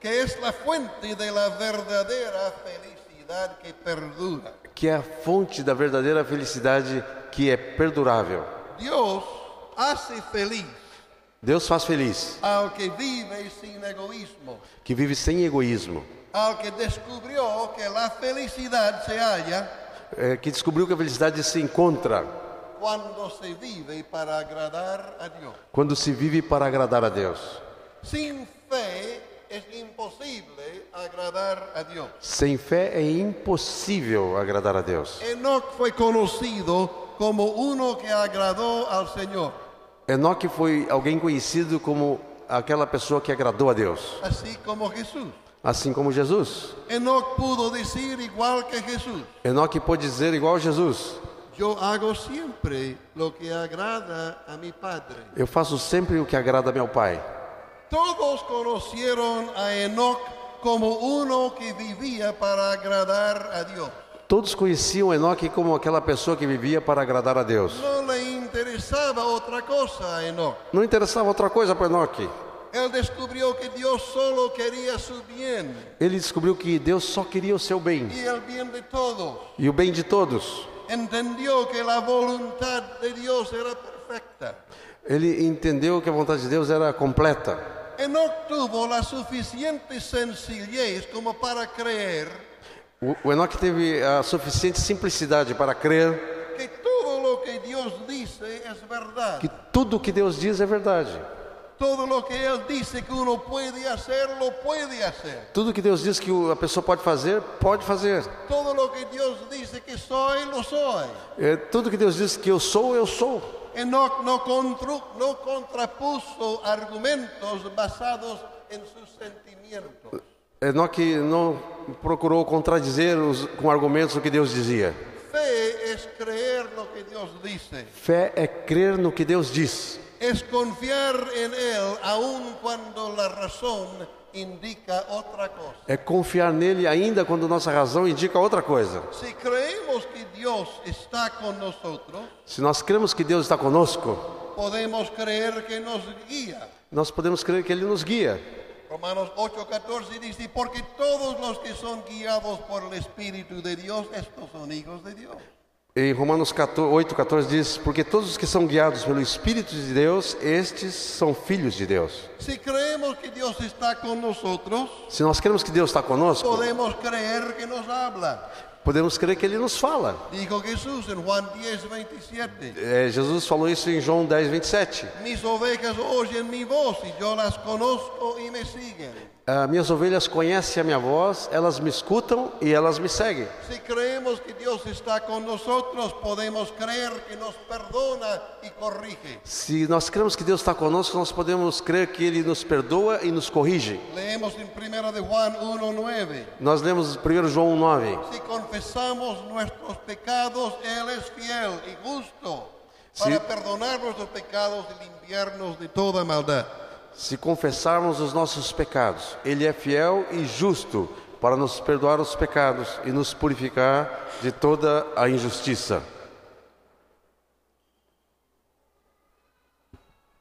S1: que es la fuente de la verdadera felicidad que perdura.
S2: que é a fonte da verdadeira felicidade que é perdurável.
S1: Dios hace feliz
S2: Deus faz feliz
S1: al que vive sin egoísmo,
S2: que vive sem egoísmo,
S1: al que descubrió que la felicidad se halla
S2: é, que descobriu que a felicidade se encontra
S1: cuando se vive para agradar a Dios.
S2: quando se vive para agradar a Deus.
S1: Sin fe es imposible agradar a Dios.
S2: Sem fé é impossível agradar a Deus.
S1: Enoc fue conocido como uno que agradó al Señor.
S2: Enoque foi alguém conhecido como aquela pessoa que agradou a Deus,
S1: así como Jesús.
S2: assim como Jesus.
S1: Enoc pudo decir igual que Jesús,
S2: Enoque pôde dizer igual a Jesus:
S1: yo hago siempre lo que agrada a mi Padre.
S2: Eu faço sempre o que agrada a meu Pai.
S1: Todos conocieron a Enoc como uno que vivía para agradar a Dios.
S2: Todos conheciam Enoque como aquela pessoa que vivia para agradar a Deus.
S1: No le interesaba otra cosa a Enoc.
S2: Não interessava outra coisa para Enoque.
S1: Él descubrió que Dios solo quería su bien
S2: Ele descobriu que Deus só queria o seu bem
S1: y el bien de todos.
S2: e o bem de todos.
S1: Entendió que la voluntad de Dios era perfecta.
S2: Ele entendeu que a vontade de Deus era completa.
S1: Enoch tuvo la suficiente sencillez como para creer
S2: O, o Enoque teve a suficiente simplicidade para crer
S1: que todo lo que Dios dice es verdad.
S2: que tudo o que Deus diz é verdade.
S1: Todo lo que Él dice que uno puede hacer, lo puede hacer.
S2: Tudo que Deus diz que o- a pessoa pode fazer, pode fazer.
S1: Todo lo que Dios dice que soy, lo soy.
S2: É, tudo que Deus diz que eu sou, eu sou.
S1: Enoch no, contru- no contrapuso argumentos basados en sus sentimientos.
S2: Enoque É, não procurou contradizer os, com argumentos o que Deus dizia.
S1: Fe es creer lo que Dios dice,
S2: Fé é crer no que Deus diz,
S1: es confiar en Él aun cuando la razón indica otra cosa.
S2: é confiar nele ainda quando nossa razão indica outra coisa.
S1: Si creemos que Dios está con nosotros,
S2: Se nós cremos que Deus está conosco,
S1: podemos creer que nos guía.
S2: nós podemos crer que ele nos guia.
S1: Romanos 8:14 dice, porque todos los que son guiados por el Espíritu de Dios, estos son hijos de Dios.
S2: Em Romanos 14, 8, 14 diz: Porque todos os que são guiados pelo Espírito de Deus, estes são filhos de Deus.
S1: Si creemos que Dios está con nosotros,
S2: Se nós cremos que Deus está conosco,
S1: podemos creer que nos habla.
S2: podemos crer que ele nos fala.
S1: Dijo Jesús en Juan 10:27.
S2: É, Jesus falou isso em João 10, 27.
S1: Mis ovejas oyen mi voz y yo las conozco y me siguen.
S2: Ah, minhas ovelhas conhecem a minha voz, elas me escutam e elas me seguem.
S1: Si creemos que Dios está con nosotros, podemos creer que nos perdona y corrige.
S2: Se nós cremos que Deus está conosco, nós podemos crer que Ele nos perdoa e nos corrige.
S1: Leemos en 1 de Juan 1:9.
S2: Nós lemos 1 João 9.
S1: Si confesamos nuestros pecados, Él es fiel y justo
S2: Sí.
S1: para perdonar nuestros pecados y limpiarnos de toda maldad.
S2: Se confessarmos os nossos pecados, Ele é fiel e justo para nos perdoar os pecados e nos purificar de toda a injustiça.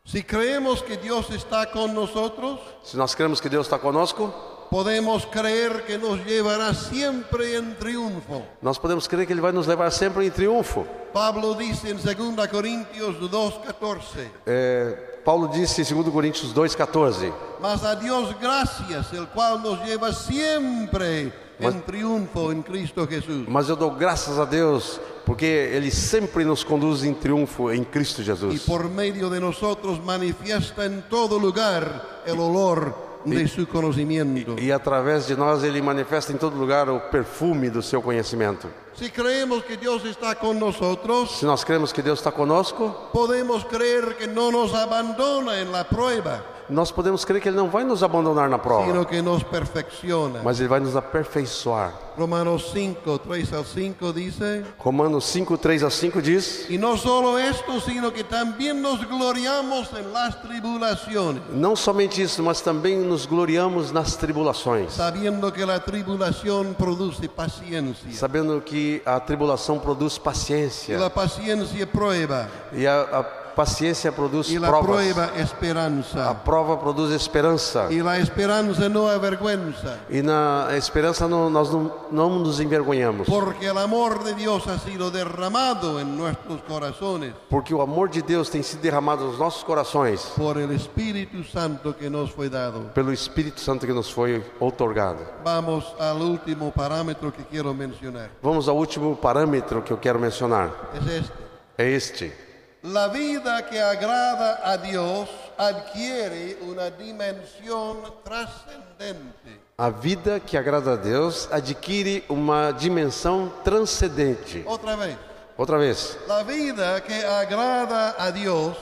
S1: Si creemos que Dios está con nosotros,
S2: Se nós cremos que Deus está conosco,
S1: podemos creer que nos llevará siempre en triunfo.
S2: nós podemos crer que Ele vai nos levar sempre em triunfo.
S1: Pablo dice en 2 Corintios 2:14.
S2: É, Paulo disse em 2 Coríntios 2,14:
S1: Mas a Dios gracias, el cual nos lleva siempre en
S2: Mas-
S1: triunfo en Cristo Jesús.
S2: Mas eu dou graças a Deus, porque Ele sempre nos conduz em triunfo em Cristo
S1: Y
S2: Jesus.
S1: por medio de nosotros manifiesta en todo lugar el olor de su conocimiento.
S2: E através de nós Ele manifesta em todo lugar o perfume do seu conhecimento.
S1: Si creemos que Dios está con nosotros,
S2: Se nós cremos que Deus está conosco,
S1: podemos creer que no nos abandona en la prueba,
S2: nós podemos crer que Ele não vai nos abandonar na prova,
S1: sino que nos perfecciona.
S2: Oh. mas Ele vai nos aperfeiçoar.
S1: Romanos 5, 3 al 5 dice,
S2: Romanos 5, 3 a 5 diz:
S1: y no solo esto, sino que también nos gloriamos en las tribulaciones.
S2: Não somente isso, mas também nos gloriamos nas tribulações,
S1: sabiendo que la tribulación produce paciencia.
S2: sabendo que a tribulação produz
S1: Y
S2: paciência
S1: la paciencia prueba,
S2: e a, a paciência produz
S1: y la
S2: provas.
S1: prueba
S2: A
S1: esperanza.
S2: prova produz esperança.
S1: Y la esperanza no avergüenza,
S2: E na esperança não- nós não, não nos envergonhamos,
S1: porque el amor de Dios ha sido derramado en nuestros corazones
S2: porque o amor de Deus tem sido derramado nos nossos corações
S1: por el Espíritu Santo que nos fue dado.
S2: pelo Espírito Santo que nos foi outorgado.
S1: Vamos al último parámetro que quiero mencionar.
S2: Vamos ao último parâmetro que eu quero mencionar.
S1: Es este.
S2: É este.
S1: La vida que agrada a Dios adquiere una dimensión trascendente.
S2: A vida que agrada a Deus adquire uma dimensão transcendente.
S1: Otra vez,
S2: Outra vez.
S1: la vida que agrada a Dios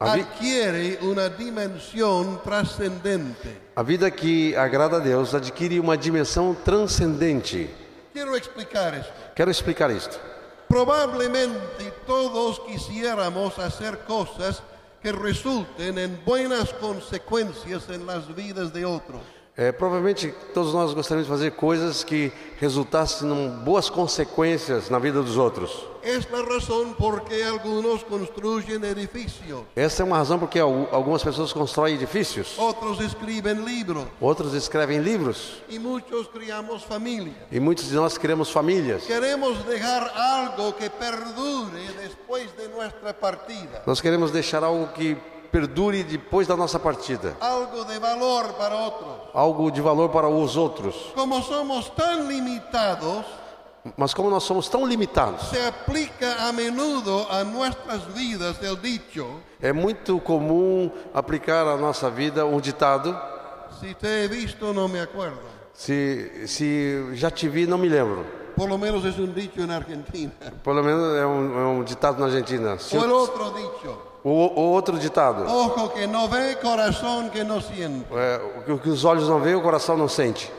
S2: A vi-
S1: adquiere una dimensión trascendente.
S2: A vida que agrada a Deus adquire uma dimensão transcendente.
S1: Quiero explicar esto.
S2: Quero explicar isto.
S1: Probablemente todos quisiéramos hacer cosas que resulten en buenas consecuencias en las vidas de otros.
S2: É, provavelmente todos nós gostaríamos de fazer coisas que resultassem em boas consequências na vida dos outros.
S1: Es la razón por qué algunos construyen edificios.
S2: Essa é uma razão porque al- algumas pessoas constroem edifícios,
S1: Otros escriben libros
S2: outros escrevem livros
S1: y muchos criamos familia.
S2: e muitos de nós criamos famílias.
S1: Queremos dejar algo que perdure después de nuestra partida,
S2: Nós queremos deixar algo que perdure depois da nossa partida,
S1: algo de valor para otros.
S2: algo de valor para os outros.
S1: Como somos tan limitados,
S2: Mas como nós somos tão limitados,
S1: se aplica a menudo a nuestras vidas el dicho,
S2: é muito comum aplicar à nossa vida um ditado:
S1: si te he visto no me acuerdo.
S2: se, se já te vi, não me lembro.
S1: Por lo menos es un dicho en Argentina.
S2: Pelo menos é um, é um ditado na Argentina. Se
S1: O el
S2: eu-
S1: otro dicho,
S2: O, o outro ditado:
S1: ojo que no ve, corazón que no siente.
S2: é, o que- o que os olhos não veem, o coração não sente.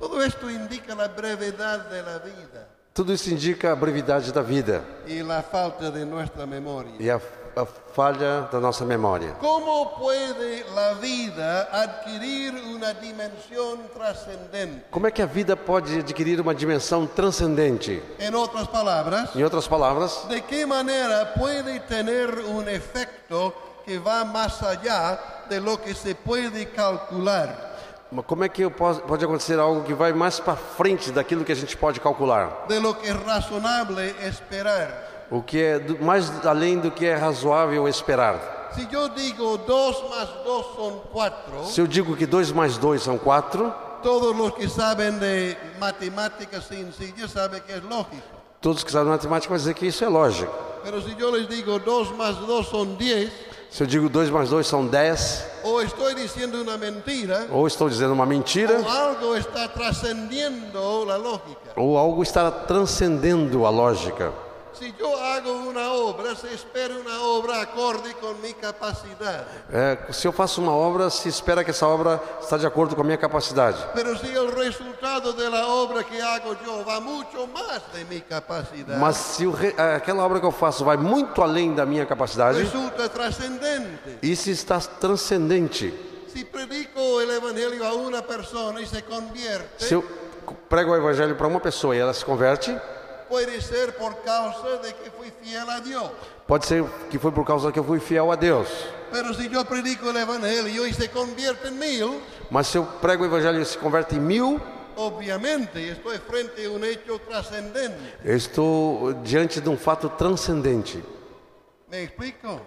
S1: Todo esto indica la brevedad de la vida.
S2: Tudo isso indica a brevidade da vida
S1: y la falta de nuestra memoria.
S2: e a, a falha da nossa memória.
S1: ¿Cómo puede la vida adquirir una dimensión trascendente?
S2: Como é que a vida pode adquirir uma dimensão transcendente?
S1: En otras palabras,
S2: Em outras palavras,
S1: ¿de qué manera puede tener un efecto que va más allá de lo que se puede calcular,
S2: mas como é que eu posso, pode acontecer algo que vai mais para frente daquilo que a gente pode calcular?
S1: de lo que es razonable esperar?
S2: O que é do- mais além do que é razoável esperar?
S1: Si yo digo 2 más 2 son 4,
S2: Se eu digo que 2 mais 2 são 4,
S1: todos los que saben de matemáticas sencillas saben que es lógico.
S2: todos que sabem matemática vão dizer que isso é lógico.
S1: Pero si yo les digo 2 más 2 son 10,
S2: Se eu digo 2 mais 2 são 10,
S1: o estoy diciendo una mentira,
S2: ou estou dizendo uma mentira,
S1: o algo está trascendiendo la lógica.
S2: ou algo está transcendendo a lógica.
S1: Si yo hago una obra, se espera una obra acorde con mi capacidad.
S2: É, se eu faço uma obra, se espera que essa obra está de acordo com a minha capacidade.
S1: Pero si el resultado de la obra que hago yo va mucho más de mi capacidad,
S2: Mas se o re- é, aquela obra que eu faço vai muito além da minha capacidade,
S1: resulta trascendente.
S2: isso está transcendente.
S1: Si predico el Evangelio a una persona y se convierte,
S2: Se eu prego o evangelho para uma pessoa e ela se converte,
S1: puede ser por causa de que fui fiel a Dios.
S2: pode ser que foi por causa que eu fui fiel a Deus.
S1: Pero si yo predico el Evangelio y se convierte en mil,
S2: Mas se eu prego o evangelho e se converte em mil,
S1: obviamente estoy frente a un hecho trascendente.
S2: eu estou diante de um fato transcendente.
S1: ¿Me explico?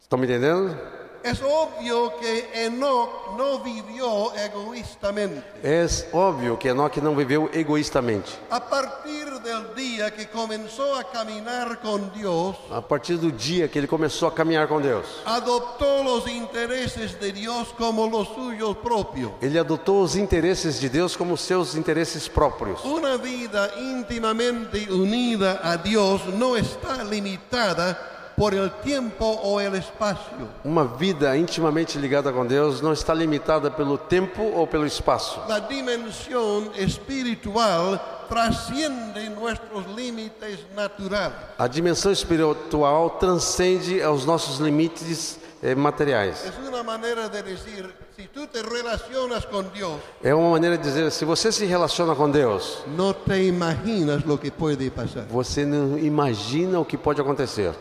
S2: Estão me entendendo?
S1: Es obvio que Enoch no vivió egoístamente.
S2: É óbvio que Enoque não viveu egoístamente.
S1: A partir del día que comenzó a caminar con Dios,
S2: A partir do dia que ele começou a caminhar com Deus,
S1: adoptó los intereses de Dios como los suyos propios.
S2: ele adotou os interesses de Deus como seus interesses próprios.
S1: Una vida íntimamente unida a Dios no está limitada por el tiempo o el espacio.
S2: Uma vida intimamente ligada com Deus não está limitada pelo tempo ou pelo espaço.
S1: La dimensión espiritual trasciende nuestros límites naturales.
S2: A dimensão espiritual transcende aos nossos limites eh, materiais.
S1: Es una manera de decir, si tú te relacionas con Dios,
S2: É uma maneira de dizer: se você se relaciona com Deus,
S1: no te imaginas lo que puede pasar.
S2: você não imagina o que pode acontecer.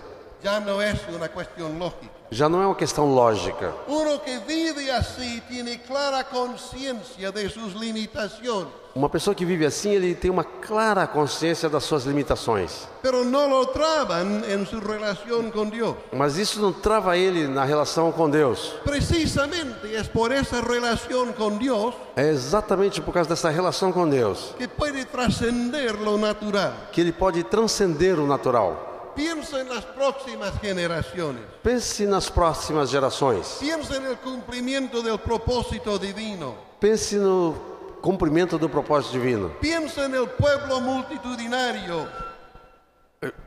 S1: ya no es una cuestión lógica.
S2: Já não é uma questão lógica.
S1: Uno que vive así tiene clara conciencia de sus limitaciones,
S2: Uma pessoa que vive assim, ele tem uma clara consciência das suas limitações.
S1: pero no lo traban en su relación con Dios.
S2: Mas isso não trava ele na relação com Deus.
S1: Precisamente es por esa relación con Dios
S2: É exatamente por causa dessa relação com Deus
S1: que puede trascender lo natural.
S2: que ele pode transcender o natural.
S1: Piensa en las próximas generaciones,
S2: Pense nas próximas gerações.
S1: piensa en el cumplimiento del propósito divino,
S2: Pense no cumprimento do propósito divino.
S1: piensa en el pueblo multitudinario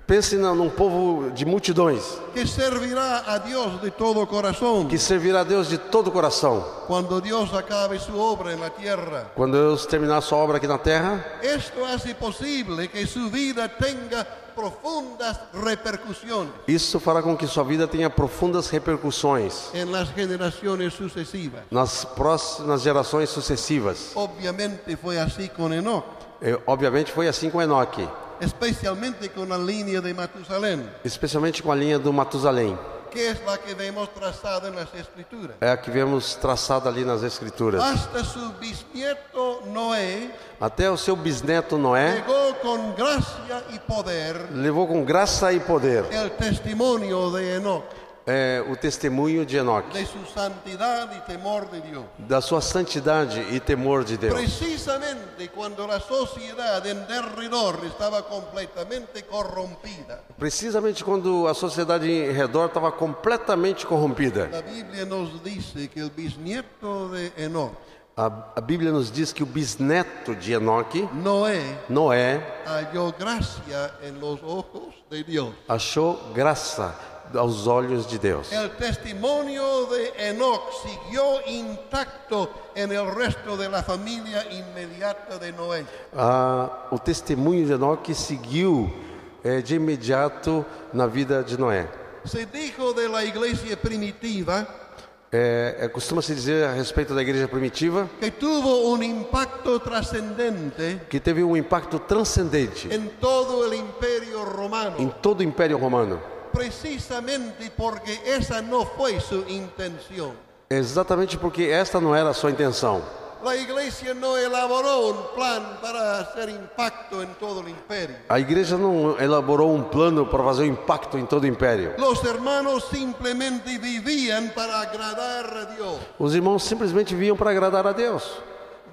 S2: Pense na- num povo de multidões
S1: que servirá a Dios de todo corazón
S2: que servirá a Deus de todo o coração.
S1: cuando Dios acabe su obra en la tierra.
S2: Quando Deus terminar sua obra aqui na terra,
S1: Esto hace posible que su vida tenga profundas repercusiones
S2: isso fará com que sua vida tenha profundas repercussões
S1: en las generaciones sucesivas.
S2: nas próximas gerações sucessivas.
S1: Obviamente fue así con Enoch,
S2: É, obviamente foi assim com Enoque,
S1: especialmente con la línea de Matusalén,
S2: especialmente com a linha do Matusalém,
S1: que es la que vemos trazada en las escrituras.
S2: é a que vemos traçada ali nas escrituras.
S1: Hasta su bisnieto Noé
S2: Até o seu bisneto Noé
S1: llegó con gracia y poder
S2: levou com graça e poder
S1: el testimonio de Enoch,
S2: é, o testemunho de Enoque,
S1: de su santidad y temor de Dios.
S2: da sua santidade e temor de Deus.
S1: Precisamente cuando la sociedad en derredor estaba completamente corrompida,
S2: Precisamente quando a sociedade em redor estava completamente corrompida,
S1: la Biblia nos dice que el bisnieto de Enoch,
S2: a, a Bíblia nos diz que o bisneto de Enoque,
S1: Noé,
S2: Noé,
S1: halló gracia en los ojos de Dios.
S2: achou graça aos olhos de Deus.
S1: El testimonio de Enoch siguió intacto en el resto de la familia inmediata de Noé.
S2: Ah, o testemunho de Enoque seguiu eh, de imediato na vida de Noé.
S1: Se dijo de la iglesia primitiva
S2: É, é, Costuma-se dizer a respeito da igreja primitiva
S1: que tuvo un impacto trascendente
S2: que teve um impacto transcendente
S1: en todo el imperio romano.
S2: em todo o Império Romano,
S1: precisamente porque esa no fue su intención.
S2: exatamente porque esta não era a sua intenção.
S1: La iglesia no elaboró un plan para hacer impacto en todo el imperio.
S2: A igreja não elaborou um plano para fazer um impacto em todo o Império.
S1: Los hermanos simplemente vivían para agradar a Dios,
S2: Os irmãos simplesmente vinham para agradar a Deus,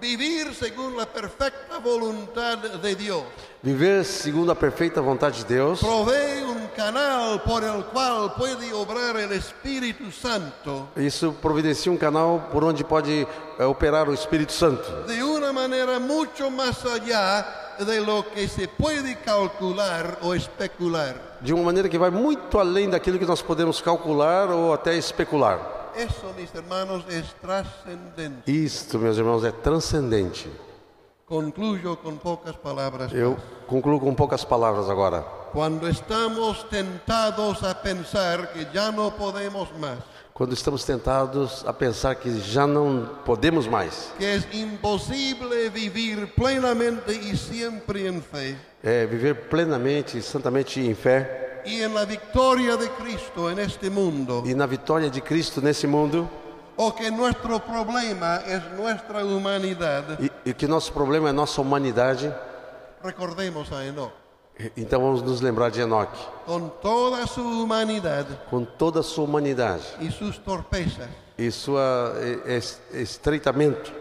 S1: vivir según la perfecta voluntad de Dios.
S2: viver segundo a perfeita vontade de Deus,
S1: Provee un canal por el cual puede obrar el Espíritu Santo
S2: isso providencia um canal por onde pode eh, operar o Espírito Santo.
S1: de una manera mucho más allá de lo que se puede calcular o especular.
S2: de uma maneira que vai muito além daquilo que nós podemos calcular ou até especular.
S1: Eso, mis hermanos, es trascendente.
S2: Isto, meus irmãos, é transcendente.
S1: Concluyo con pocas palabras.
S2: Eu
S1: más.
S2: concluo com poucas palavras agora.
S1: Cuando estamos tentados a pensar que ya no podemos más,
S2: Quando estamos tentados a pensar que já não podemos mais
S1: que es imposible vivir plenamente y siempre en fe
S2: é, viver plenamente e santamente em fé
S1: y en la victoria de Cristo en este mundo,
S2: e na vitória de Cristo nesse mundo
S1: o que nuestro problema es nuestra humanidad,
S2: e, e que nosso problema é nossa humanidade,
S1: recordemos a Enoch.
S2: e- então vamos nos lembrar de Enoque,
S1: Con toda su humanidad
S2: com toda a sua humanidade
S1: y sus torpezas,
S2: e sua e- es- estreitamento,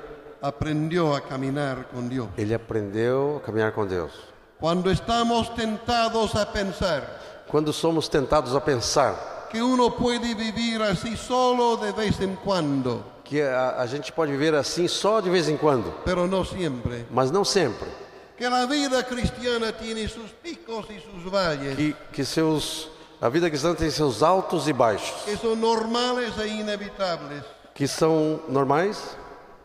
S1: aprendió a caminar con Dios.
S2: ele aprendeu a caminhar com Deus.
S1: Cuando estamos tentados a pensar
S2: Quando somos tentados a pensar
S1: que uno puede vivir así solo de vez en cuando,
S2: que a, a gente pode viver assim só de vez em quando,
S1: pero no siempre,
S2: mas não sempre,
S1: que la vida cristiana tiene sus picos y sus valles,
S2: que, que seus a vida cristã tem seus altos e baixos,
S1: que son normales e inevitables,
S2: que são normais,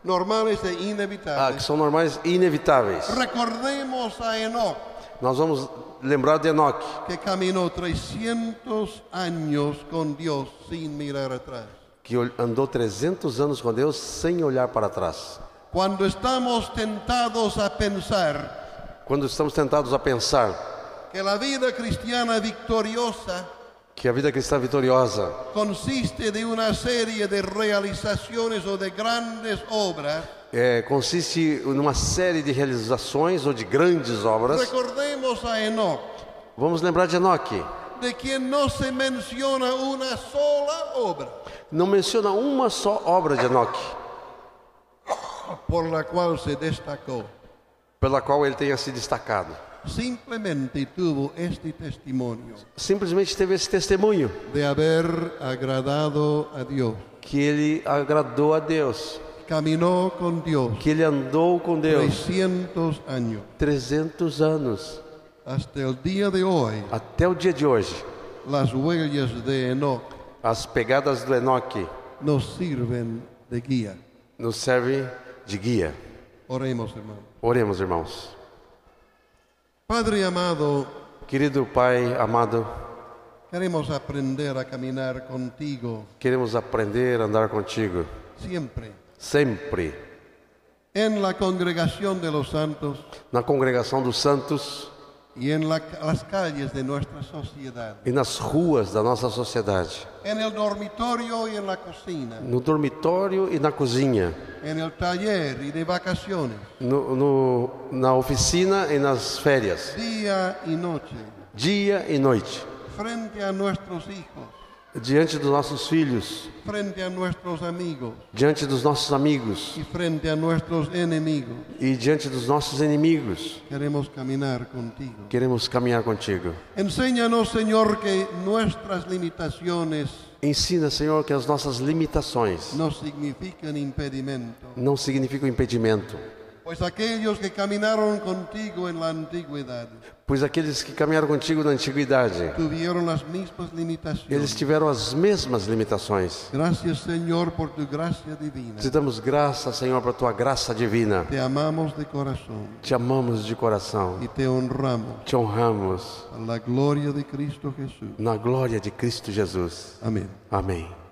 S1: normales e
S2: ah, que
S1: inevitables.
S2: são normais e inevitáveis.
S1: Recordemos a Enoch
S2: Nós vamos lembrar de Enoque,
S1: que caminó 300 años con Dios sin mirar atrás.
S2: que ol- andou 300 anos com Deus sem olhar para trás.
S1: Cuando estamos tentados a pensar
S2: Quando estamos tentados a pensar
S1: que la vida cristiana victoriosa
S2: que a vida cristã vitoriosa
S1: consiste de una serie de realizaciones o de grandes obras.
S2: é, consiste numa série de realizações ou de grandes obras.
S1: Recordemos a Enoch,
S2: Vamos lembrar de Enoque.
S1: de quien no se menciona una sola obra
S2: Não menciona uma só obra de Enoque
S1: por la cual se destacó.
S2: pela qual ele tenha se destacado.
S1: Simplemente tuvo este testimonio
S2: Simplesmente teve esse testemunho
S1: de haber agradado a Dios.
S2: que ele agradou a Deus,
S1: Caminó con Dios
S2: que ele andou com Deus
S1: 300 años
S2: 300 anos
S1: hasta el día de hoy.
S2: até o dia de hoje.
S1: Las huellas de Enoch
S2: As pegadas do Enoque
S1: nos sirven de guía.
S2: nos servem de guia.
S1: Oremos, hermano.
S2: Oremos, irmãos.
S1: Padre amado,
S2: Querido Pai amado,
S1: queremos aprender a caminar contigo
S2: queremos aprender a andar contigo
S1: siempre.
S2: sempre
S1: En la congregación de los santos
S2: na congregação dos santos
S1: y en la- las calles de nuestra sociedad.
S2: e nas ruas da nossa sociedade,
S1: En el dormitorio y en la cocina.
S2: no dormitório e na cozinha,
S1: En el taller y de vacaciones.
S2: no, no- na oficina e nas férias,
S1: Día y noche.
S2: dia e noite,
S1: Frente a nuestros hijos.
S2: diante dos nossos filhos,
S1: Frente a nuestros amigos.
S2: diante dos nossos amigos
S1: Y frente a nuestros enemigos.
S2: e diante dos nossos inimigos.
S1: Queremos caminar contigo.
S2: Queremos caminhar contigo.
S1: Enséñanos, Señor, que nuestras limitaciones
S2: Ensina, Senhor, que as nossas limitações
S1: no significan impedimento.
S2: não significam impedimento,
S1: Pues aquellos que caminaron contigo en la antigüedad
S2: pois aqueles que caminharam contigo na antiguidade,
S1: tuvieron las mismas
S2: eles
S1: limitaciones.
S2: tiveram as mesmas limitações.
S1: Gracias, Señor, por tu gracia divina.
S2: Te damos graça, Senhor, para tua graça divina.
S1: Te amamos de corazón
S2: Te amamos de coração.
S1: y te honramos
S2: Te honramos
S1: a la gloria de Cristo Jesús.
S2: na glória de Cristo Jesus.
S1: Amén.
S2: Amém.